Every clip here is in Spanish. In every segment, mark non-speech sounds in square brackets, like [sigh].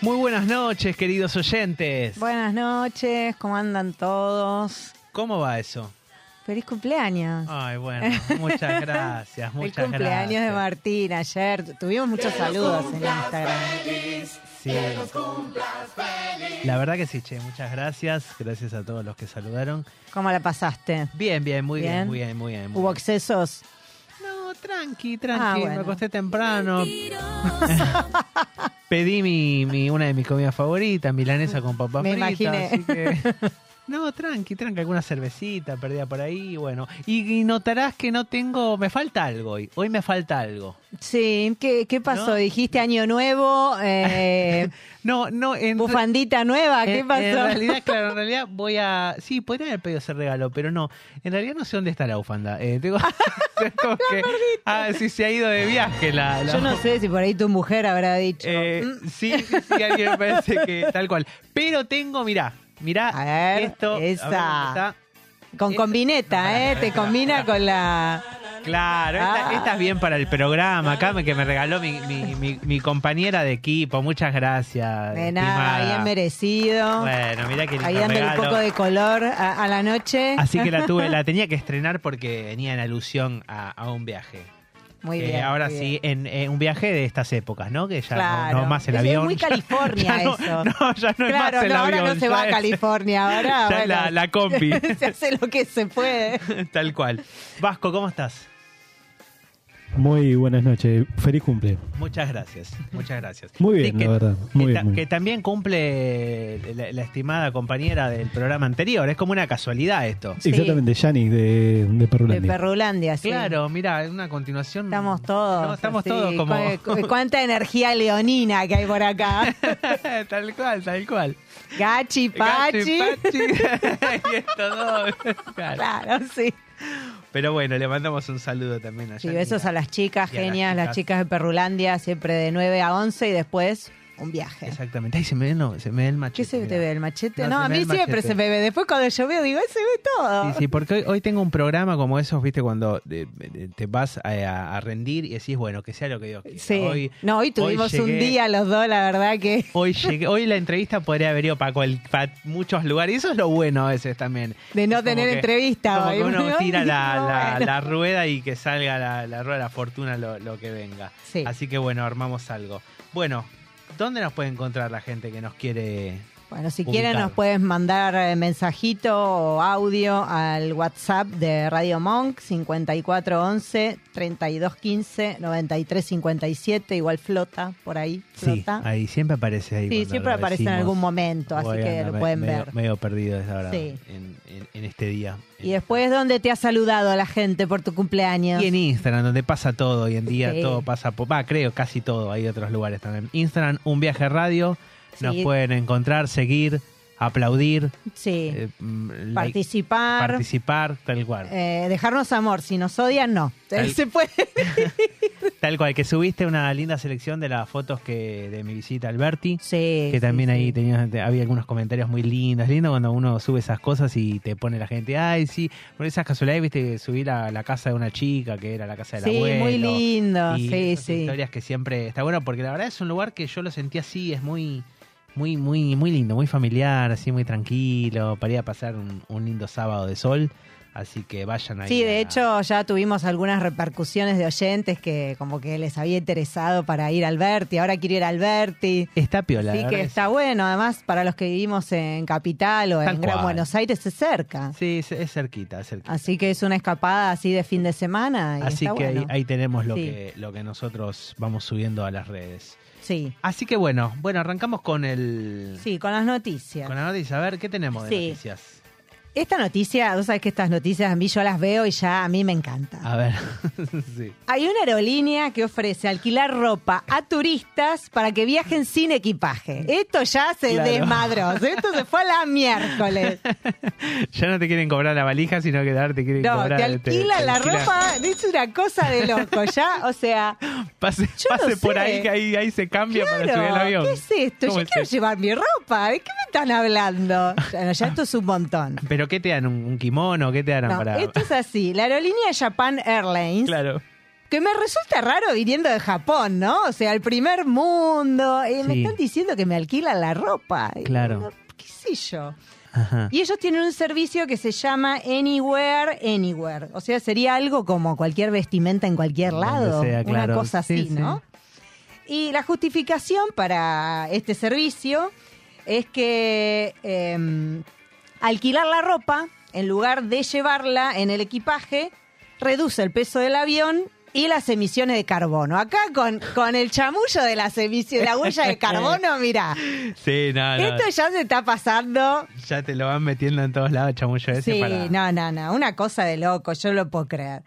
Muy buenas noches, queridos oyentes. Buenas noches, ¿cómo andan todos? ¿Cómo va eso? Feliz cumpleaños. Ay, bueno, [laughs] muchas gracias, Ah, muchas el cumpleaños gracias. de Martín ayer. Tuvimos muchos saludos en Instagram. Sí. La verdad que sí, che, muchas gracias. Gracias a todos los que saludaron. ¿Cómo la pasaste? Bien, bien, muy bien, Bien. muy bien, muy bien. muy ¿Hubo bien. excesos? No, tranqui, tranqui. Ah, bueno. Me acosté temprano. Pedí mi, mi- una de mis comidas favoritas, milanesa con papas Me fritas. imaginé. así [laughs] que- No, tranqui, tranqui, alguna cervecita perdida por ahí, bueno. Y, y notarás que no tengo, me falta algo hoy, hoy me falta algo. Sí, ¿qué, qué pasó? No. ¿Dijiste año nuevo? [laughs] eh, No, no, en, eh, ¿Bufandita nueva? ¿Qué en- pasó? en realidad, claro, en [laughs] realidad voy a, sí, podría haber pedido ese regalo, pero no, en realidad no sé dónde está la bufanda. Eh, tengo, [laughs] tengo que, ah, sí, se ha ido de viaje la, la Yo no sé si por ahí tu mujer habrá dicho. Eh, "Mm, sí, sí, sí, a mí me parece que tal cual. Pero tengo, mirá, mirá A ver, esto. a ver esa. dónde está. con eh, combineta, ¿eh? Te combina con la... Claro, Ah. esta, esta es bien para el programa, acá me- que me regaló mi, mi- mi- mi compañera de equipo. Muchas gracias. De nada, estimada. bien merecido. Bueno, mirá que lindo Ahí dándole un regalo. poco de color a, a la noche. Así [laughs] que la tuve, la tenía que estrenar porque venía en alusión a, a un viaje. Muy Eh, bien. ahora muy sí, en, bien. eh, un viaje de estas épocas, ¿no? Que ya no- Claro. no, más el Es- es avión. [laughs] muy ya- California ya no- [laughs] eso. No, ya no es claro, más el avión. no, ahora no se ya va a es- California, [laughs] ya es ahora bueno, la, la [laughs] compi. se hace lo que se puede. [laughs] Tal cual. Vasco, ¿cómo estás? Muy buenas noches, feliz cumple. Muchas gracias, muchas gracias. Muy Sí, bien, que- la verdad. que, Muy ta- bien, muy que bien. también cumple la, la estimada compañera del programa anterior. Es como una casualidad esto. Sí. Exactamente, Yanni de, de De Perrulandia. Perrulandia, sí. Claro, mira, una continuación. Estamos todos. No, estamos así, todos como. [laughs] cu- cu- cuánta energía leonina que hay por acá. [laughs] tal cual, tal cual. Gachi, Pachi. Pachi. [laughs] y estos dos. Claro. Claro, sí. Pero bueno, le mandamos un saludo también a Sí, Yanira. besos a las chicas, Y a las genias, las chicas. chicas de Perrulandia, siempre de 9 a 11 y después un viaje. Exactamente. Ay, se me, ve, no, se me ve el machete. ¿Qué se mirá. te ve el machete? No, No, se me a ve mí el siempre machete. se me ve. Después cuando yo veo, digo, "Ay, se ve todo. Sí, sí, porque hoy, hoy tengo un programa como esos, viste, cuando eh, eh, te vas a, a- a rendir y decís, bueno, que sea lo que Dios quiera. Sí. no, hoy tuvimos un llegué- día los dos, la verdad que. Hoy, llegué- hoy la entrevista podría haber ido para, muchos lugares. Eso es lo bueno a veces también. De no Es como tener entrevista como hoy, que uno [laughs] ¿no? tira la, No, la- bueno. la rueda y que salga la, la rueda de la fortuna lo, lo que venga. Sí. Así que bueno, armamos algo. Bueno, ¿dónde nos puede encontrar la gente que nos quiere? Bueno, si Publicar. quieren nos puedes mandar eh, mensajito o audio al WhatsApp de Radio Monk 5411 3215 9357, igual flota por ahí, flota. ahí siempre aparece ahí. Sí, cuando siempre lo aparece en decimos. algún momento, así Voy a que andar lo me- pueden medio- ver. Medio perdido desde ahora Sí. en, en- en este día. Y después, ¿dónde te ha saludado la gente por tu cumpleaños? Y en Instagram, donde pasa todo hoy en día, Sí. todo pasa, po- va, creo, casi todo, hay otros lugares también. Instagram, un viaje radio, nos Sí. pueden encontrar, seguir, aplaudir, sí, eh, mm, like, participar, participar, tal cual. eh, dejarnos amor, si nos odian, no. Eh, Tal- Se puede. Tal cual, que subiste una linda selección de las fotos que de mi visita al Berti. Sí. Que sí, también sí. ahí tenías, te- había algunos comentarios muy lindos. Es lindo cuando uno sube esas cosas y te pone la gente, ay, sí, por esas casualidades, viste, subí la, la casa de una chica que era la casa del Sí, abuelo. muy lindo, y sí, esas sí. historias que siempre está bueno, porque la verdad es un lugar que yo lo sentí así, es muy, muy, muy, muy lindo, muy familiar, así, muy tranquilo, para ir a pasar un, un lindo sábado de sol. Así que vayan ahí. a Sí, la- de hecho ya tuvimos algunas repercusiones de oyentes que como que les había interesado para ir al Berti, ahora quiero ir al Berti. Está piola. Así la que verdad está bueno, además para los que vivimos en Capital o Tal en Gran cual. Buenos Aires es cerca. Sí, es, es cerquita, es cerquita. Así que es una escapada así de fin de semana. y Así que está ahí, bueno. ahí tenemos lo, Sí. que, lo que nosotros vamos subiendo a las redes. Sí, Así que bueno, bueno, arrancamos con el... sí, con las noticias. Con la noticia. A ver, ¿qué tenemos de Sí. noticias? Esta noticia, vos sabés que estas noticias a mí yo las veo y ya a mí me encanta. A ver. [laughs] sí. Hay una aerolínea que ofrece alquilar ropa a turistas para que viajen sin equipaje. Esto ya se Claro. desmadró. Esto se fue a la miércoles. Ya no te quieren cobrar la valija, sino que ahora te quieren No, cobrar... te- te alquilan te la alquilan- ropa. Es una cosa de loco, ¿ya? [laughs] O sea, Pase, Yo no pase por sé. ahí, que ahí, ahí se cambia para subir el claro, avión. ¿qué es esto? Yo ¿Cómo es quiero esto? llevar mi ropa. ¿De qué me están hablando? Bueno, ya esto es [laughs] un montón. ¿Pero qué te dan? ¿Un, un kimono? ¿Qué te dan No, para...? esto es así. La aerolínea Japan [laughs] Airlines Claro. Que me resulta raro viniendo de Japón, ¿no? O sea, el primer mundo. eh, Me Sí. están diciendo que me alquilan la ropa. Y Claro. no, ¿Qué sé yo? Ajá. Y ellos tienen un servicio que se llama Anywhere, Anywhere. O sea, sería algo como cualquier vestimenta en cualquier Donde lado. sea, claro. Una cosa así, Sí, sí. ¿no? Y la justificación para este servicio es que eh, alquilar la ropa, en lugar de llevarla en el equipaje, reduce el peso del avión y las emisiones de carbono. Acá con, con el chamullo de las emisiones, la [laughs] huella de carbono, mirá, Sí, no, no. esto ya se está pasando Ya te lo van metiendo en todos lados, chamullo ese Sí, para... no, no, no, una cosa de loco, yo lo puedo creer.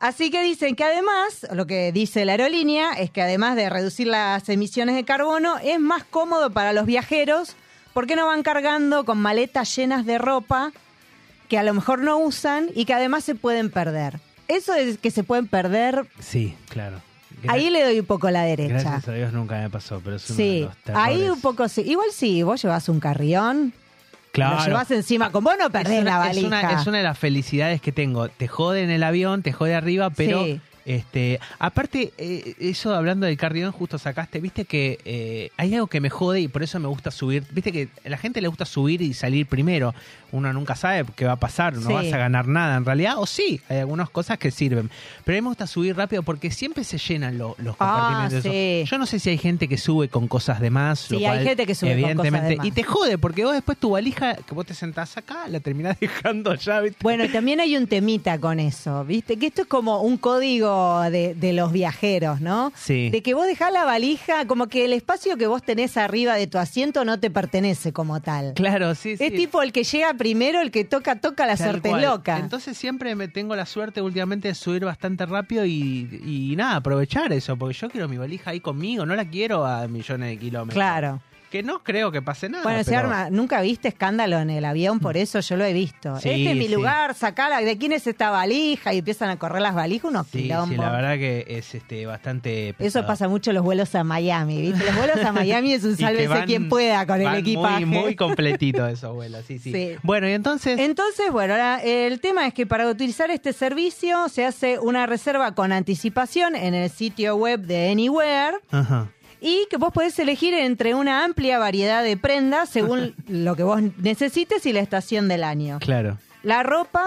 Así que dicen que además, lo que dice la aerolínea es que además de reducir las emisiones de carbono, es más cómodo para los viajeros porque no van cargando con maletas llenas de ropa que a lo mejor no usan y que además se pueden perder. Eso es que se pueden perder, Sí, claro. Gra- ahí le doy un poco la derecha. Gracias a Dios nunca me pasó, pero es uno de Sí, los terrores. ahí un poco sí. Igual sí, vos llevas un carrión, lo Claro. llevas encima con vos, no Es perdés una- la es valija. una, es una de las felicidades que tengo. Te jode en el avión, te jode arriba, pero Sí. este, aparte, eh, eso hablando del carrión, justo sacaste, viste que eh, hay algo que me jode y por eso me gusta subir. Viste que a la gente le gusta subir y salir primero. Uno nunca sabe qué va a pasar, no Sí. vas a ganar nada en realidad. O sí, hay algunas cosas que sirven. Pero a mí me gusta subir rápido porque siempre se llenan lo- los Ah, compartimentos. sí. Yo no sé si hay gente que sube con cosas de más. lo Sí, hay cual, gente que sube con cosas de evidentemente, más. Y te jode, porque vos después tu valija, que vos te sentás acá, la terminás [laughs] dejando allá, ¿viste? Bueno, también hay un temita con eso, ¿viste? Que esto es como un código de, de los viajeros, ¿no? Sí. De que vos dejás la valija, como que el espacio que vos tenés arriba de tu asiento no te pertenece como tal. Claro, sí, sí. Es tipo el que llega primero, el que toca, toca la Tal suerte cual. loca. Entonces siempre me tengo la suerte últimamente de subir bastante rápido y, y nada, aprovechar eso, porque yo quiero mi valija ahí conmigo, no la quiero a millones de kilómetros. claro. Que no creo que pase nada. Bueno, se Ah, pero- Mm. arma, nunca viste escándalo en el avión, por eso yo lo he visto. Sí, este es mi sí. lugar, sacala, ¿de quién es esta valija? Y empiezan a correr las valijas, unos Sí, sí, quilombos. la verdad que es este bastante Eso pesado. pasa mucho en los vuelos a Miami, ¿viste? Los vuelos a Miami [laughs] es un Y que sálvese van- quien pueda con el van equipaje. Muy, muy [laughs] completito eso, abuela, sí, sí, Sí. Bueno, y entonces... Entonces, bueno, ahora, eh, el tema es que para utilizar este servicio se hace una reserva con anticipación en el sitio web de Anywhere Ajá. y que vos podés elegir entre una amplia variedad de [laughs] prendas según lo que vos necesites y la estación del año. Claro. La ropa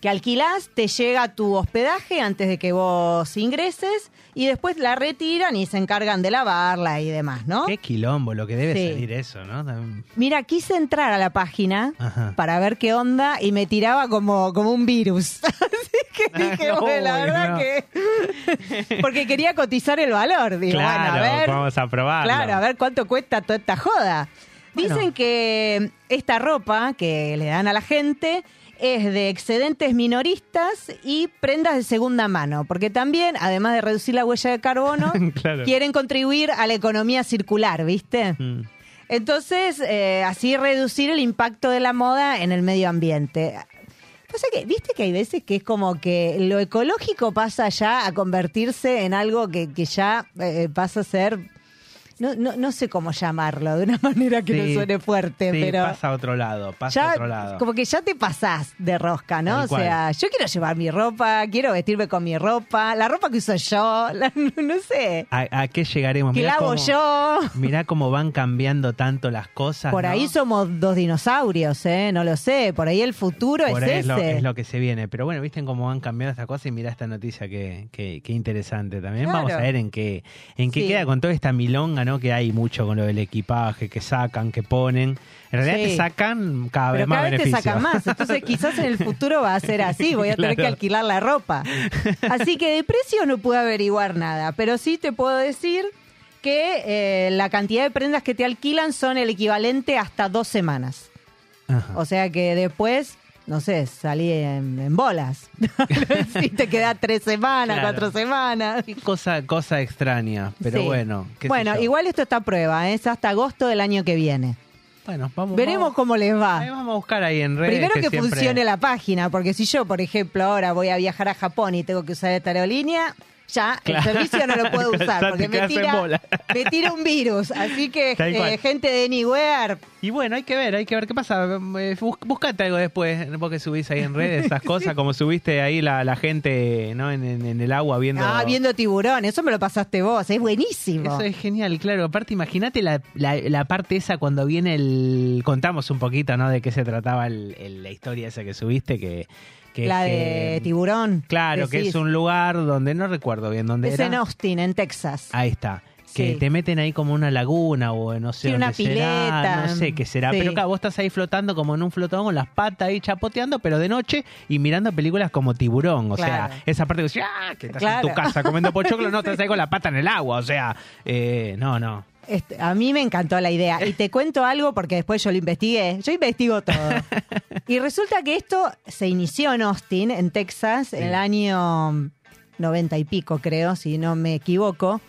que alquilás te llega a tu hospedaje antes de que vos ingreses y después la retiran y se encargan de lavarla y demás, ¿no? Qué quilombo lo que debe Sí. salir eso, ¿no? También- Mira, quise entrar a la página Ajá. para ver qué onda y me tiraba como, como un virus. [laughs] Así [laughs] que dije, No, bueno, la bueno. verdad que. [laughs] Porque quería cotizar el valor. Digo, claro, bueno, a ver. vamos a probarlo. Claro, [laughs] a ver cuánto cuesta toda esta joda. Bueno. Dicen que esta ropa que le dan a la gente es de excedentes minoristas y prendas de segunda mano, porque también, además de reducir la huella de carbono, [laughs] Claro. quieren contribuir a la economía circular, ¿viste? Mm. Entonces, eh, así reducir el impacto de la moda en el medio ambiente. Pasa que, viste que hay veces que es como que lo ecológico pasa ya a convertirse en algo que, que ya eh, pasa a ser no, no, no sé cómo llamarlo de una [laughs] manera que Sí, no suene fuerte, Sí, pero pasa a otro lado, pasa a ya otro lado. como que ya te pasás de rosca, ¿no? Tal O sea, yo quiero llevar mi ropa, quiero vestirme con mi ropa, la ropa que uso yo, [laughs] la- no sé, ¿A, a qué llegaremos? que la Pues Mirá hago cómo- yo. Mirá cómo van cambiando tanto las cosas. Por ¿no? ahí somos dos dinosaurios, ¿eh? No lo sé. Por ahí el futuro Por es ahí ese. es lo, es lo que se viene. Pero bueno, visten cómo van cambiando estas cosas y mirá esta noticia que, que- que interesante también. Claro. Vamos a ver en qué, en qué Sí. queda con toda esta milonga, ¿no? Que hay mucho con lo del equipaje, que sacan, que ponen. En realidad Sí. te sacan cada vez Pero más cada vez te beneficios. sacan más. Entonces [laughs] quizás en el futuro va a ser así. Voy a tener que Claro. alquilar la ropa. Así que de precio no pude averiguar nada. Pero sí te puedo decir que eh, la cantidad de prendas que te alquilan son el equivalente hasta dos semanas. Ajá. O sea que después... No sé, salí en, en bolas. [laughs] Si te queda tres semanas, Claro. cuatro semanas. cosa, cosa extraña, pero Sí. bueno. qué sé Bueno, yo. igual esto está a prueba, ¿eh? es hasta agosto del año que viene. Bueno, vamos, Veremos vamos, cómo les ahí va. vamos a buscar ahí en redes. Primero que siempre- funcione la página, porque si yo, por ejemplo, ahora voy a viajar a Japón y tengo que usar esta aerolínea, ya Claro. el servicio no lo [laughs] puedo Ya usar, te porque me quedas en bola. tira, me tira un virus. Así [laughs] que, Tal eh, cual. gente de Anywhere, Y bueno, hay que ver, hay que ver qué pasa. Eh, bus- Buscate algo después, vos que subís ahí en [laughs] redes esas cosas, como subiste ahí la, la gente ¿no? en, en- en el agua viendo... ah, viendo tiburón, eso me lo pasaste vos, es buenísimo. Eso es genial, claro. Aparte, imagínate la, la- la parte esa cuando viene el... Contamos un poquito, ¿no? De qué se trataba el- el- la historia esa que subiste, que... que La es de que- tiburón. Claro, que es decís. un lugar donde no recuerdo bien dónde Es era. en Austin, en Texas. Ahí está. Que Sí. te meten ahí como una laguna o no sé Sí, una dónde será, pileta. no sé qué será. Sí. Pero acá vos estás ahí flotando como en un flotón con las patas ahí chapoteando, pero de noche y mirando películas como Tiburón. O Claro. sea, esa parte que, decís, "Ah", que estás Claro. en tu casa comiendo pochoclo, [laughs] no estás ahí con la pata en el agua. O sea, eh, no, no. Este, a mí me encantó la idea. Y te cuento algo porque después yo lo investigué. Yo investigo todo. y resulta que esto se inició en Austin, en Texas, en el año 90 y pico, creo, si no me equivoco.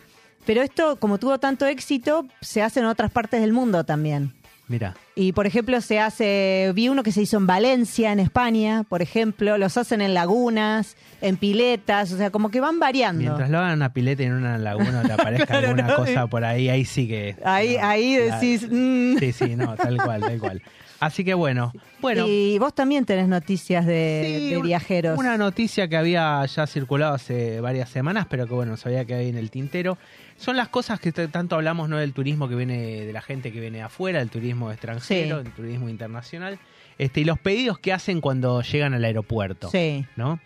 Pero esto, como tuvo tanto éxito, se hace en otras partes del mundo también. Mira, Y por ejemplo, se hace, vi uno que se hizo en Valencia, en España, por ejemplo, los hacen en lagunas, en piletas, o sea, como que van variando. mientras lo hagan en una pileta y en una laguna [laughs] te aparezca Claro, alguna no, eh. cosa por ahí, ahí sí que. Ahí, no, ahí la- decís, "Mm". Sí, sí, no, tal cual, tal cual. Así que bueno, bueno. y vos también tenés noticias de, Sí, de un- viajeros. Una noticia que había ya circulado hace varias semanas, pero que bueno, sabía que hay en el tintero. Son las cosas que t- tanto hablamos, ¿no? Del turismo que viene, de la gente que viene de afuera, el turismo extranjero, Sí. el turismo internacional, este, y los pedidos que hacen cuando llegan al aeropuerto. Sí, ¿no?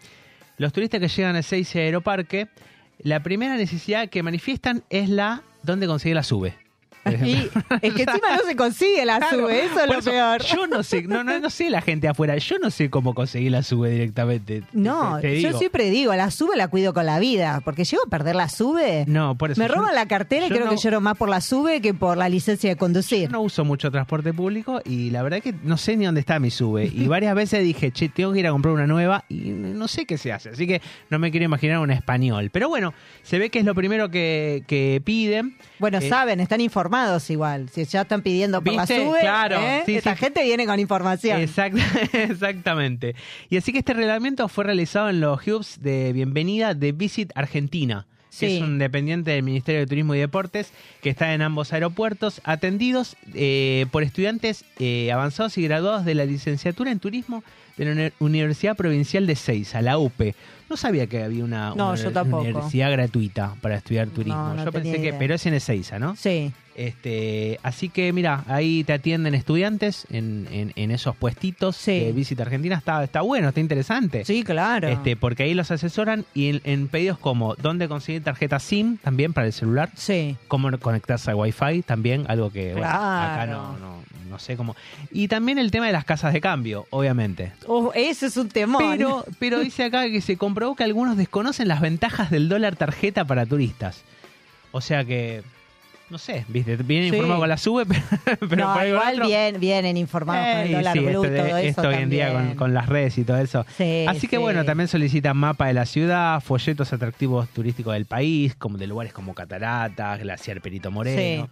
Los turistas que llegan a Seiza Aeroparque, la primera necesidad que manifiestan es la dónde conseguir la [laughs] sube. y es que encima no se consigue la Claro. sube, eso es Por lo eso, peor. Yo no sé, no, no, no sé la gente afuera, yo no sé cómo conseguir la sube directamente. No, Te- te yo digo. siempre digo, la sube la cuido con la vida, porque llego a perder la sube. No, por eso. me yo roban no- la cartera y yo creo que no- lloro más por la sube que por la licencia de Yo conducir. no uso mucho transporte público y la verdad que no sé ni dónde está mi sube. Y [laughs] varias veces dije, che, tengo que ir a comprar una nueva y no sé qué se hace. Así que no me quiero imaginar un español. Pero bueno, se ve que es lo primero que, que piden. bueno, Eh, saben, están informados igual. Si ya están pidiendo por la ¿Viste? sube, Claro, ¿eh? sí, esta sí. gente viene con información. Exact- [laughs] exactamente. Y así que este reglamento fue realizado en los hubs de bienvenida de Visit Argentina, que Sí. es un dependiente del Ministerio de Turismo y Deportes, que está en ambos aeropuertos, atendidos eh, por estudiantes eh, avanzados y graduados de la licenciatura en turismo de la Uni- Universidad Provincial de Seiza, la UPE. No sabía que había una, No, una yo tampoco. universidad gratuita para estudiar turismo. No, no yo pensé tenía que, idea. pero es en Ezeiza, ¿no? Sí. Este, así que mira, ahí te atienden estudiantes en, en- en esos puestitos Sí. de Visita Argentina. Está, está bueno, está interesante. Sí, claro. Este, porque ahí los asesoran y en, en pedidos como dónde conseguir tarjeta SIM también para el celular, sí. cómo conectarse a Wi-Fi también, algo que bueno, acá Claro. no, no, no sé cómo. Y también el tema de las casas de cambio, obviamente. Oh, ese es un temor. [laughs] Pero, pero dice acá que se comprobó que algunos desconocen las ventajas del dólar tarjeta para turistas. O sea que, no sé, viste, bien Sí. informado con la sube, [laughs] pero, pero no, por ahí con igual otro- bien, vienen informados con el Eh, y dólar sí, blue, esto, de- todo eso esto hoy en día con, también. con las redes y todo eso. Sí, Así que sí. bueno, también solicitan mapa de la ciudad, folletos atractivos turísticos del país, como de lugares como Cataratas, Glaciar Perito Moreno.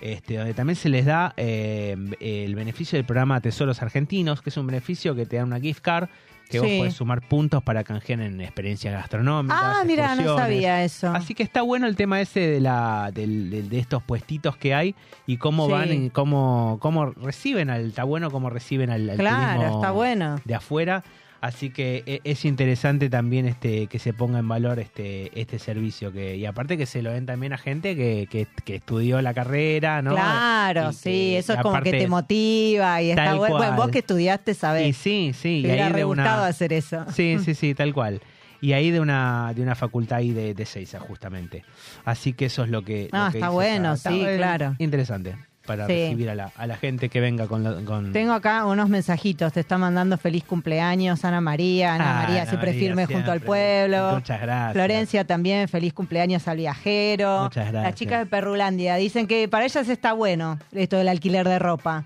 este, donde también se les da eh, el beneficio del programa Tesoros Argentinos, que es un beneficio que te dan una gift card que vos Sí. podés sumar puntos para canjear en experiencias gastronómicas. Ah, mira, no excursiones. sabía eso. Así que está bueno el tema ese de la del- del- de estos puestitos que hay y cómo Sí. van y cómo, cómo reciben al está bueno cómo reciben al, al claro, turismo está bueno. de afuera. Así que e- es interesante también este que se ponga en valor este este servicio que y aparte que se lo den también a gente que, que, que estudió la carrera, ¿no? Claro, Y sí, que- eso es y como que aparte- te motiva y está Tal bueno. Bueno, cual. vos que estudiaste Y sabés. sí, sí, y Te hubiera ahí re de [laughs] gustado una hacer eso. Sí, sí, sí, tal cual. Y ahí de una de una facultad ahí de, de Seiza justamente. Así que eso es lo que Ah, lo que está hizo bueno, sí, eh, claro. Interesante para Sí. recibir a la, a la gente que venga con, la- con Tengo acá unos mensajitos. Te está mandando feliz cumpleaños Ana María. Ana Ah, María siempre firme junto al siempre. pueblo. Muchas gracias. Florencia también, feliz cumpleaños al viajero. Muchas gracias. Las chicas de Perrulandia dicen que para ellas está bueno esto del alquiler de ropa.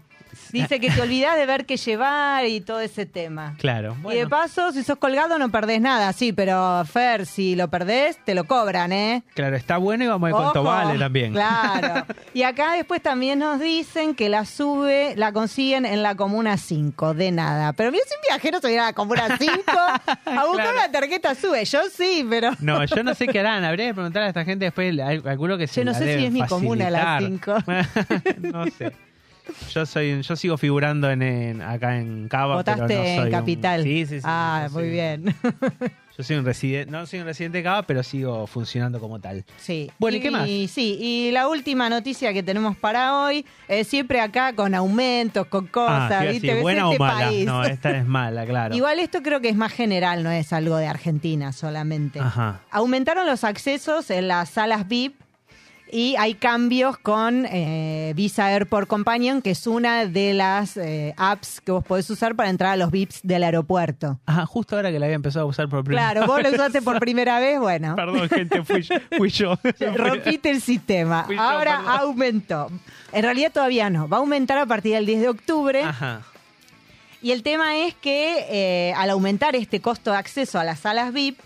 Dice que te olvidás de ver qué llevar y todo ese tema. Claro. Y de bueno. paso, si sos colgado no perdés nada, sí, pero Fer, si lo perdés, te lo cobran, ¿eh? Claro, está bueno y vamos a ver cuánto Ojo. vale también. [laughs] Claro. Y acá después también nos dicen que la sube, la consiguen en la Comuna 5, de nada. Pero mira, si un viajero se viene a la Comuna 5 [laughs] a buscar Claro. una tarjeta sube, yo sí, pero... No, yo no sé qué harán. Habría que preguntar a esta gente después. al- Calculo que se Yo no la sé si deben es mi comuna la facilitar. [laughs] no sé. Yo soy, yo sigo figurando en, en- acá en Cava, Votaste pero no soy en un- Capital. sí, sí, sí. Ah, yo muy soy- bien. Yo soy un residente, no soy un residente de Cava, pero sigo funcionando como tal. Sí. Bueno, ¿y qué más? sí, y la última noticia que tenemos para hoy, eh, siempre acá con aumentos, con Ah, cosas, te iba a ¿viste? decir, Es buena o este mala. país. No, esta es mala, claro. Igual esto creo que es más general, no es algo de Argentina solamente. Ajá. Aumentaron los accesos en las salas VIP y hay cambios con eh, Visa Airport Companion, que es una de las eh, apps que vos podés usar para entrar a los VIPs del aeropuerto. Ajá, Ah, justo ahora que la había empezado a usar por primera Claro, vos lo usaste por primera vez, bueno. [laughs] Perdón, gente, fui, yo- fui yo. [laughs] Rompiste el sistema. Fui yo, Ahora perdón. aumentó. En realidad todavía no. Va a aumentar a partir del 10 de octubre. Ajá. Y el tema es que eh, al aumentar este costo de acceso a las salas VIP,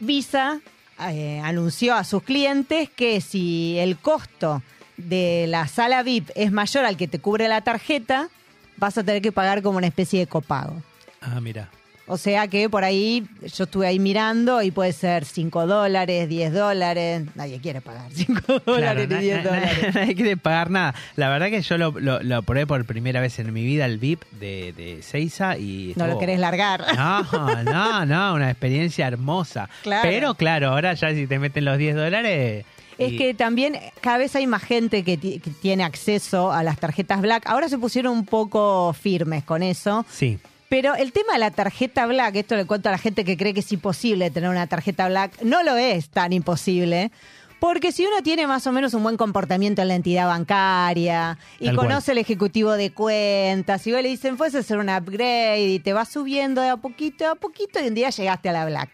Visa eh, anunció a sus clientes que si el costo de la sala VIP es mayor al que te cubre la tarjeta, vas a tener que pagar como una especie de copago. Ah, mira. O sea que por ahí yo estuve ahí mirando y puede ser 5 dólares, 10 dólares. Nadie quiere pagar 5 dólares Claro, ni na- 10 na- na- [laughs] dólares. Nadie quiere pagar nada. La verdad que yo lo, lo, lo probé por primera vez en mi vida el VIP de, de Seiza y... No lo estuvo- querés largar. No, no, no, una experiencia hermosa. Claro. Pero claro, ahora ya si te meten los 10 dólares... [laughs] Es y- que también cada vez hay más gente que, ti- que tiene acceso a las tarjetas Black. Ahora se pusieron un poco firmes con eso. Sí. Pero el tema de la tarjeta Black, esto le cuento a la gente que cree que es imposible tener una tarjeta Black, no lo es tan imposible. Porque si uno tiene más o menos un buen comportamiento en la entidad bancaria y Tal cual. conoce al ejecutivo de cuentas, y vos le dicen, fuese a hacer un upgrade y te va subiendo de a poquito a poquito y un día llegaste a la Black.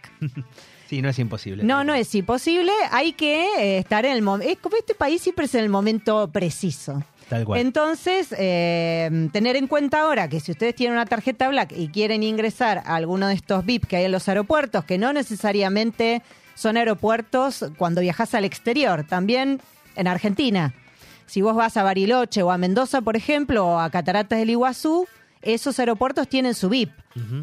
Sí, no es imposible. No, no es imposible. Hay que eh, estar en el momento. Como este país siempre es en el momento preciso. Tal cual. Entonces, eh, tener en cuenta ahora que si ustedes tienen una tarjeta Black y quieren ingresar a alguno de estos VIP que hay en los aeropuertos, que no necesariamente son aeropuertos cuando viajas al exterior, también en Argentina. Si vos vas a Bariloche o a Mendoza, por ejemplo, o a Cataratas del Iguazú, esos aeropuertos tienen su VIP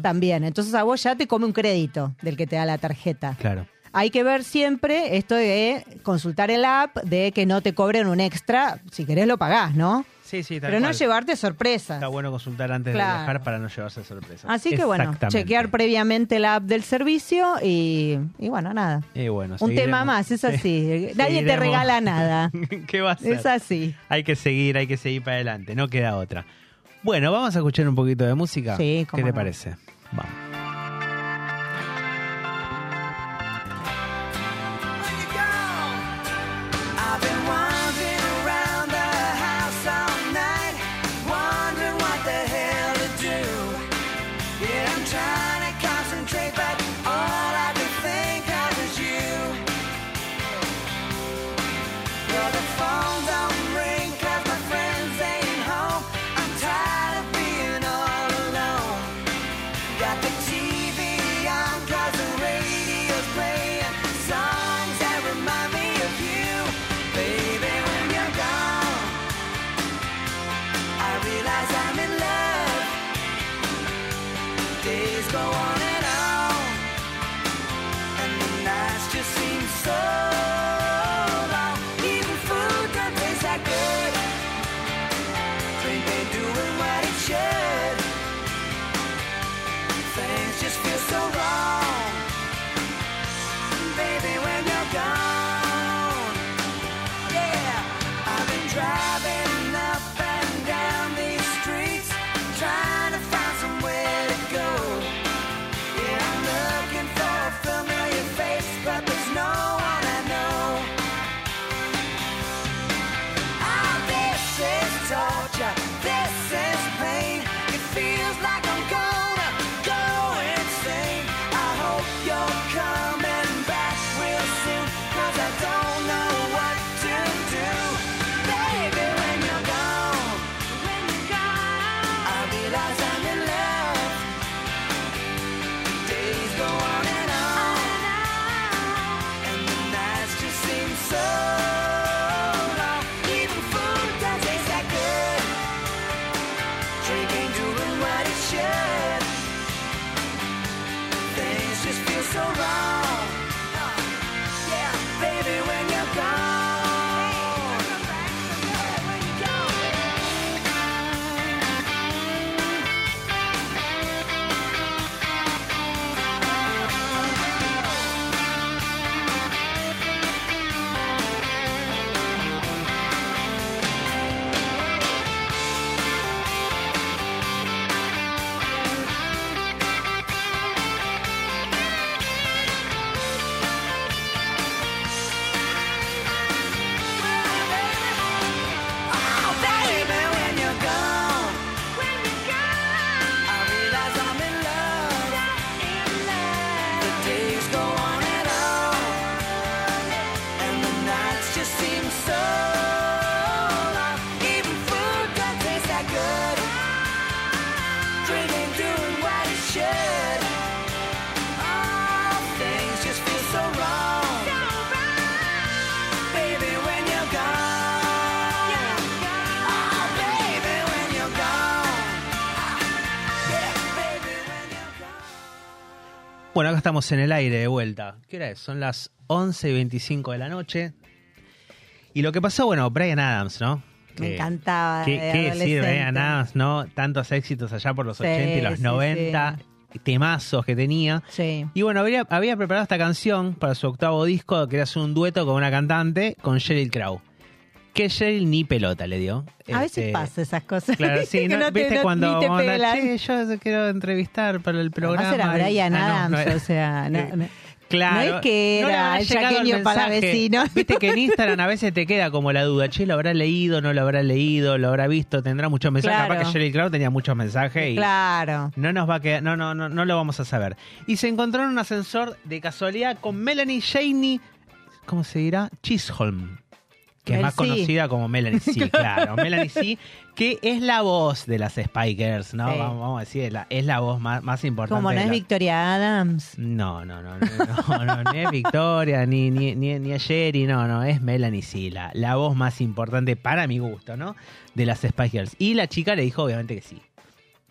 también. Entonces a vos ya te come un crédito del que te da la tarjeta. Claro. Hay que ver siempre esto de consultar el app, de que no te cobren un extra. Si querés lo pagás, ¿no? Sí, sí, tal Pero no cual. llevarte sorpresas. Está bueno consultar antes Claro. de viajar para no llevarse sorpresas. Así que bueno, Exactamente. chequear previamente la app del servicio y, y bueno, nada. Y bueno, Un tema seguiremos. más, es así. [laughs] Sí, Nadie te seguiremos. regala nada. [laughs] ¿Qué va a ser? Es así. Hay que seguir, hay que seguir para adelante, no queda otra. Bueno, vamos a escuchar un poquito de música. Sí, ¿Qué cómo te no. parece? Vamos. I've been wandering around the house all night, wondering what the hell to do. Yeah, I'm trying to concentrate, but all I could think of is you. Well, the phone don't ring 'cause my friends ain't home. I'm tired of being all alone. Got the Oh, solution. Things just feel so wrong. Yeah, baby, when you're gone. When you're gone. Baby, when you're gone, when you're gone, I realize I'm in love. In love, the days go on and on, and the nights just seem so long. Even food don't taste that good. Drinking, doing what it should. All things just feel so wrong. Baby, when you're gone. Oh, baby, when you're gone. Yeah, baby, when you're gone. Bueno, acá estamos en el aire de vuelta. ¿Qué hora es? Son las 11 y 25 de la noche. Y lo que pasó, bueno, Brian Adams, ¿no? Me Que- encantaba. ¿Qué, de qué decir eh, adolescente. Brian Adams, no? Tantos éxitos allá por los Sí, 80 y los sí, 90, temazos que tenía. Sí. Y bueno, había, había preparado esta canción para su octavo disco, que era hacer un dueto con una cantante, con Sheryl Crow. Que Sheryl ni pelota le dio. Este, A veces pasa esas cosas. [laughs] Claro, Viste sí, que ¿no? no te- ¿Viste no- cuando ni te vos andás, pelan. "Che, yo te quiero entrevistar para el programa? Además era y- Brian Ah, no, no Adams, era. o sea, no- no. [laughs] Claro. No es que le era habrá el llegado chaqueño para mensaje. vecinos. Viste [laughs] que en Instagram a veces te queda como la duda, che, lo habrá leído, no lo habrá leído, lo habrá visto, tendrá muchos mensajes. Claro. Capaz que Sheryl Crow tenía muchos mensajes y Claro. no nos va a quedar, no, no, no, no lo vamos a saber. Y se encontró en un ascensor de casualidad con Melanie Shaney, ¿cómo se dirá? Chisholm. Que es Mel más C. conocida como [laughs] Melanie C, claro. Melanie C, que es la voz de las Spikers, ¿no? Sí. Vamos, vamos a decir, es la, es la voz más, más importante. Como no de es la- Victoria Adams. no, no, no, no, no, no, ni es Victoria, ni, ni, ni, ni es Sherry, no, no, es Melanie, sí, la, la voz más importante para mi gusto, ¿no? De las Spice Girls. Y la chica le dijo, obviamente, que sí.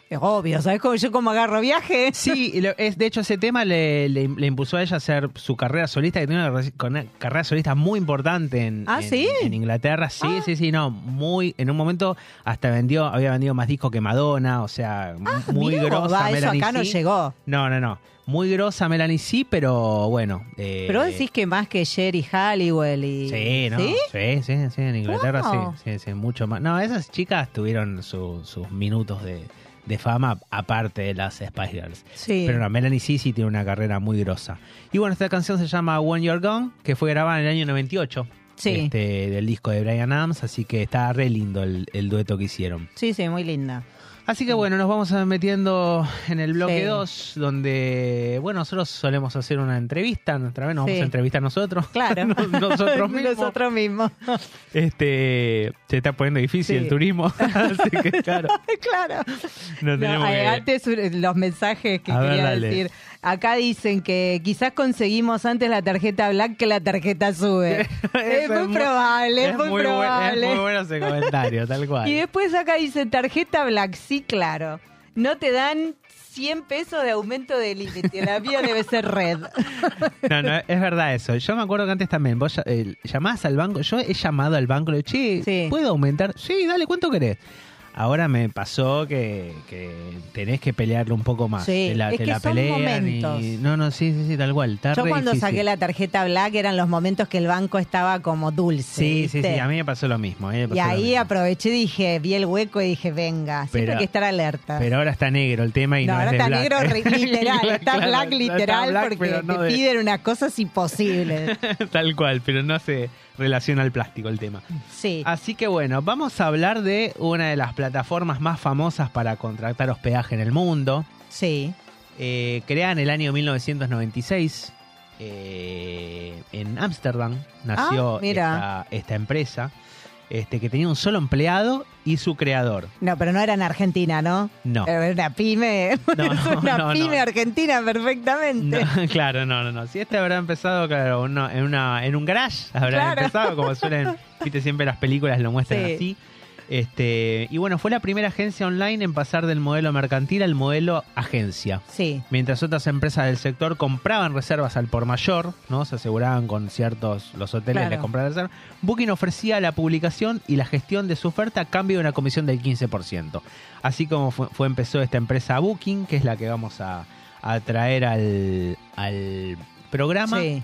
Es obvio, ¿sabes cómo yo como agarro viaje? Sí, y lo- es, de hecho, ese tema le, le- le impulsó a ella a hacer su carrera solista, que tiene una, re- con una carrera solista muy importante en, ¿Ah, en- sí? Ah. en Inglaterra. Sí, sí, sí, no, muy, en un momento hasta vendió, había vendido más discos que Madonna, o sea, m- muy Mirá Ah, vos, grosa va, eso Melanie acá no C. llegó. No, no, no. Muy grosa Melanie sí, pero bueno. eh, Pero vos decís que más que Jerry Halliwell y... Sí, ¿no? ¿Sí? sí, sí, sí, en Inglaterra Wow. sí, sí, sí, mucho más. No, esas chicas tuvieron su- sus minutos de, de fama aparte de las Spice Girls. Sí. Pero no, Melanie C sí tiene una carrera muy grosa. Y bueno, esta canción se llama When You're Gone, que fue grabada en el año 98 Sí. este, del disco de Brian Adams, así que está re lindo el, el dueto que hicieron. Sí, sí, muy linda. Así que bueno, nos vamos a metiendo en el bloque Sí. 2, donde, bueno, nosotros solemos hacer una entrevista, nuestra vez nos vamos Sí. a entrevistar nosotros. [laughs] Claro. Nos- [laughs] nosotros mismos. Nosotros mismos. [laughs] Este, se está poniendo difícil Sí. el turismo, [laughs] así [laughs] que claro, claro. no No, tenemos eh, que... Antes eh, los mensajes que A ver, quería dale. decir. Acá dicen que quizás conseguimos antes la tarjeta black que la [laughs] tarjeta [laughs] sube. es Eso muy probable, es muy, buen- probable. es muy bueno ese comentario, tal cual. Y después acá dice tarjeta black, sí, claro. No te dan 100 pesos de aumento de límite. La mía debe ser red. No, no, es verdad eso. Yo me acuerdo que antes también, vos eh, llamabas al banco, yo he llamado al banco, le digo, che, Sí. ¿puedo aumentar? Sí, dale, ¿cuánto querés? Ahora me pasó que, que tenés que pelearlo un poco más. Sí, Te la, es te que la son pelean y- momentos. No, no, sí, sí, sí, tal cual. está Yo re cuando difícil. saqué la tarjeta black eran los momentos que el banco estaba como dulce. Sí, sí, sí, ¿viste? a mí me pasó lo mismo. a mí me pasó Y lo ahí mismo. aproveché y dije, vi el hueco y dije, venga, siempre Pero- hay que estar alerta. Pero ahora está negro el tema y no, no, ahora es de está black. negro [laughs] ri- literal, está Claro, black está literal black, porque pero no te de- piden unas [laughs] cosas imposibles. Tal cual, pero no se relaciona al plástico el tema. Sí. Así que bueno, vamos a hablar de una de las plataformas más famosas para contratar hospedaje en el mundo. Sí. Eh, creada en el año 1996 eh, en Ámsterdam nació Ah, mira. esta, esta empresa este, que tenía un solo empleado y su creador. No, pero no era en Argentina, ¿no? No. Era una pyme. No, es [laughs] una no, no. pyme argentina perfectamente. No, [laughs] claro, no, no, no. Si este habrá empezado, claro, uno- en, una, en un garage habrá Claro. [laughs] empezado, como suelen, viste, siempre las películas lo muestran Sí. así. Este, y bueno, fue la primera agencia online en pasar del modelo mercantil al modelo agencia. Sí. Mientras otras empresas del sector compraban reservas al por mayor, ¿no? Se aseguraban con ciertos, los hoteles Claro. les compraban reservas. Booking ofrecía la publicación y la gestión de su oferta a cambio de una comisión del 15%. Así como fue, fue- empezó esta empresa Booking, que es la que vamos a, a traer al, al programa. Sí.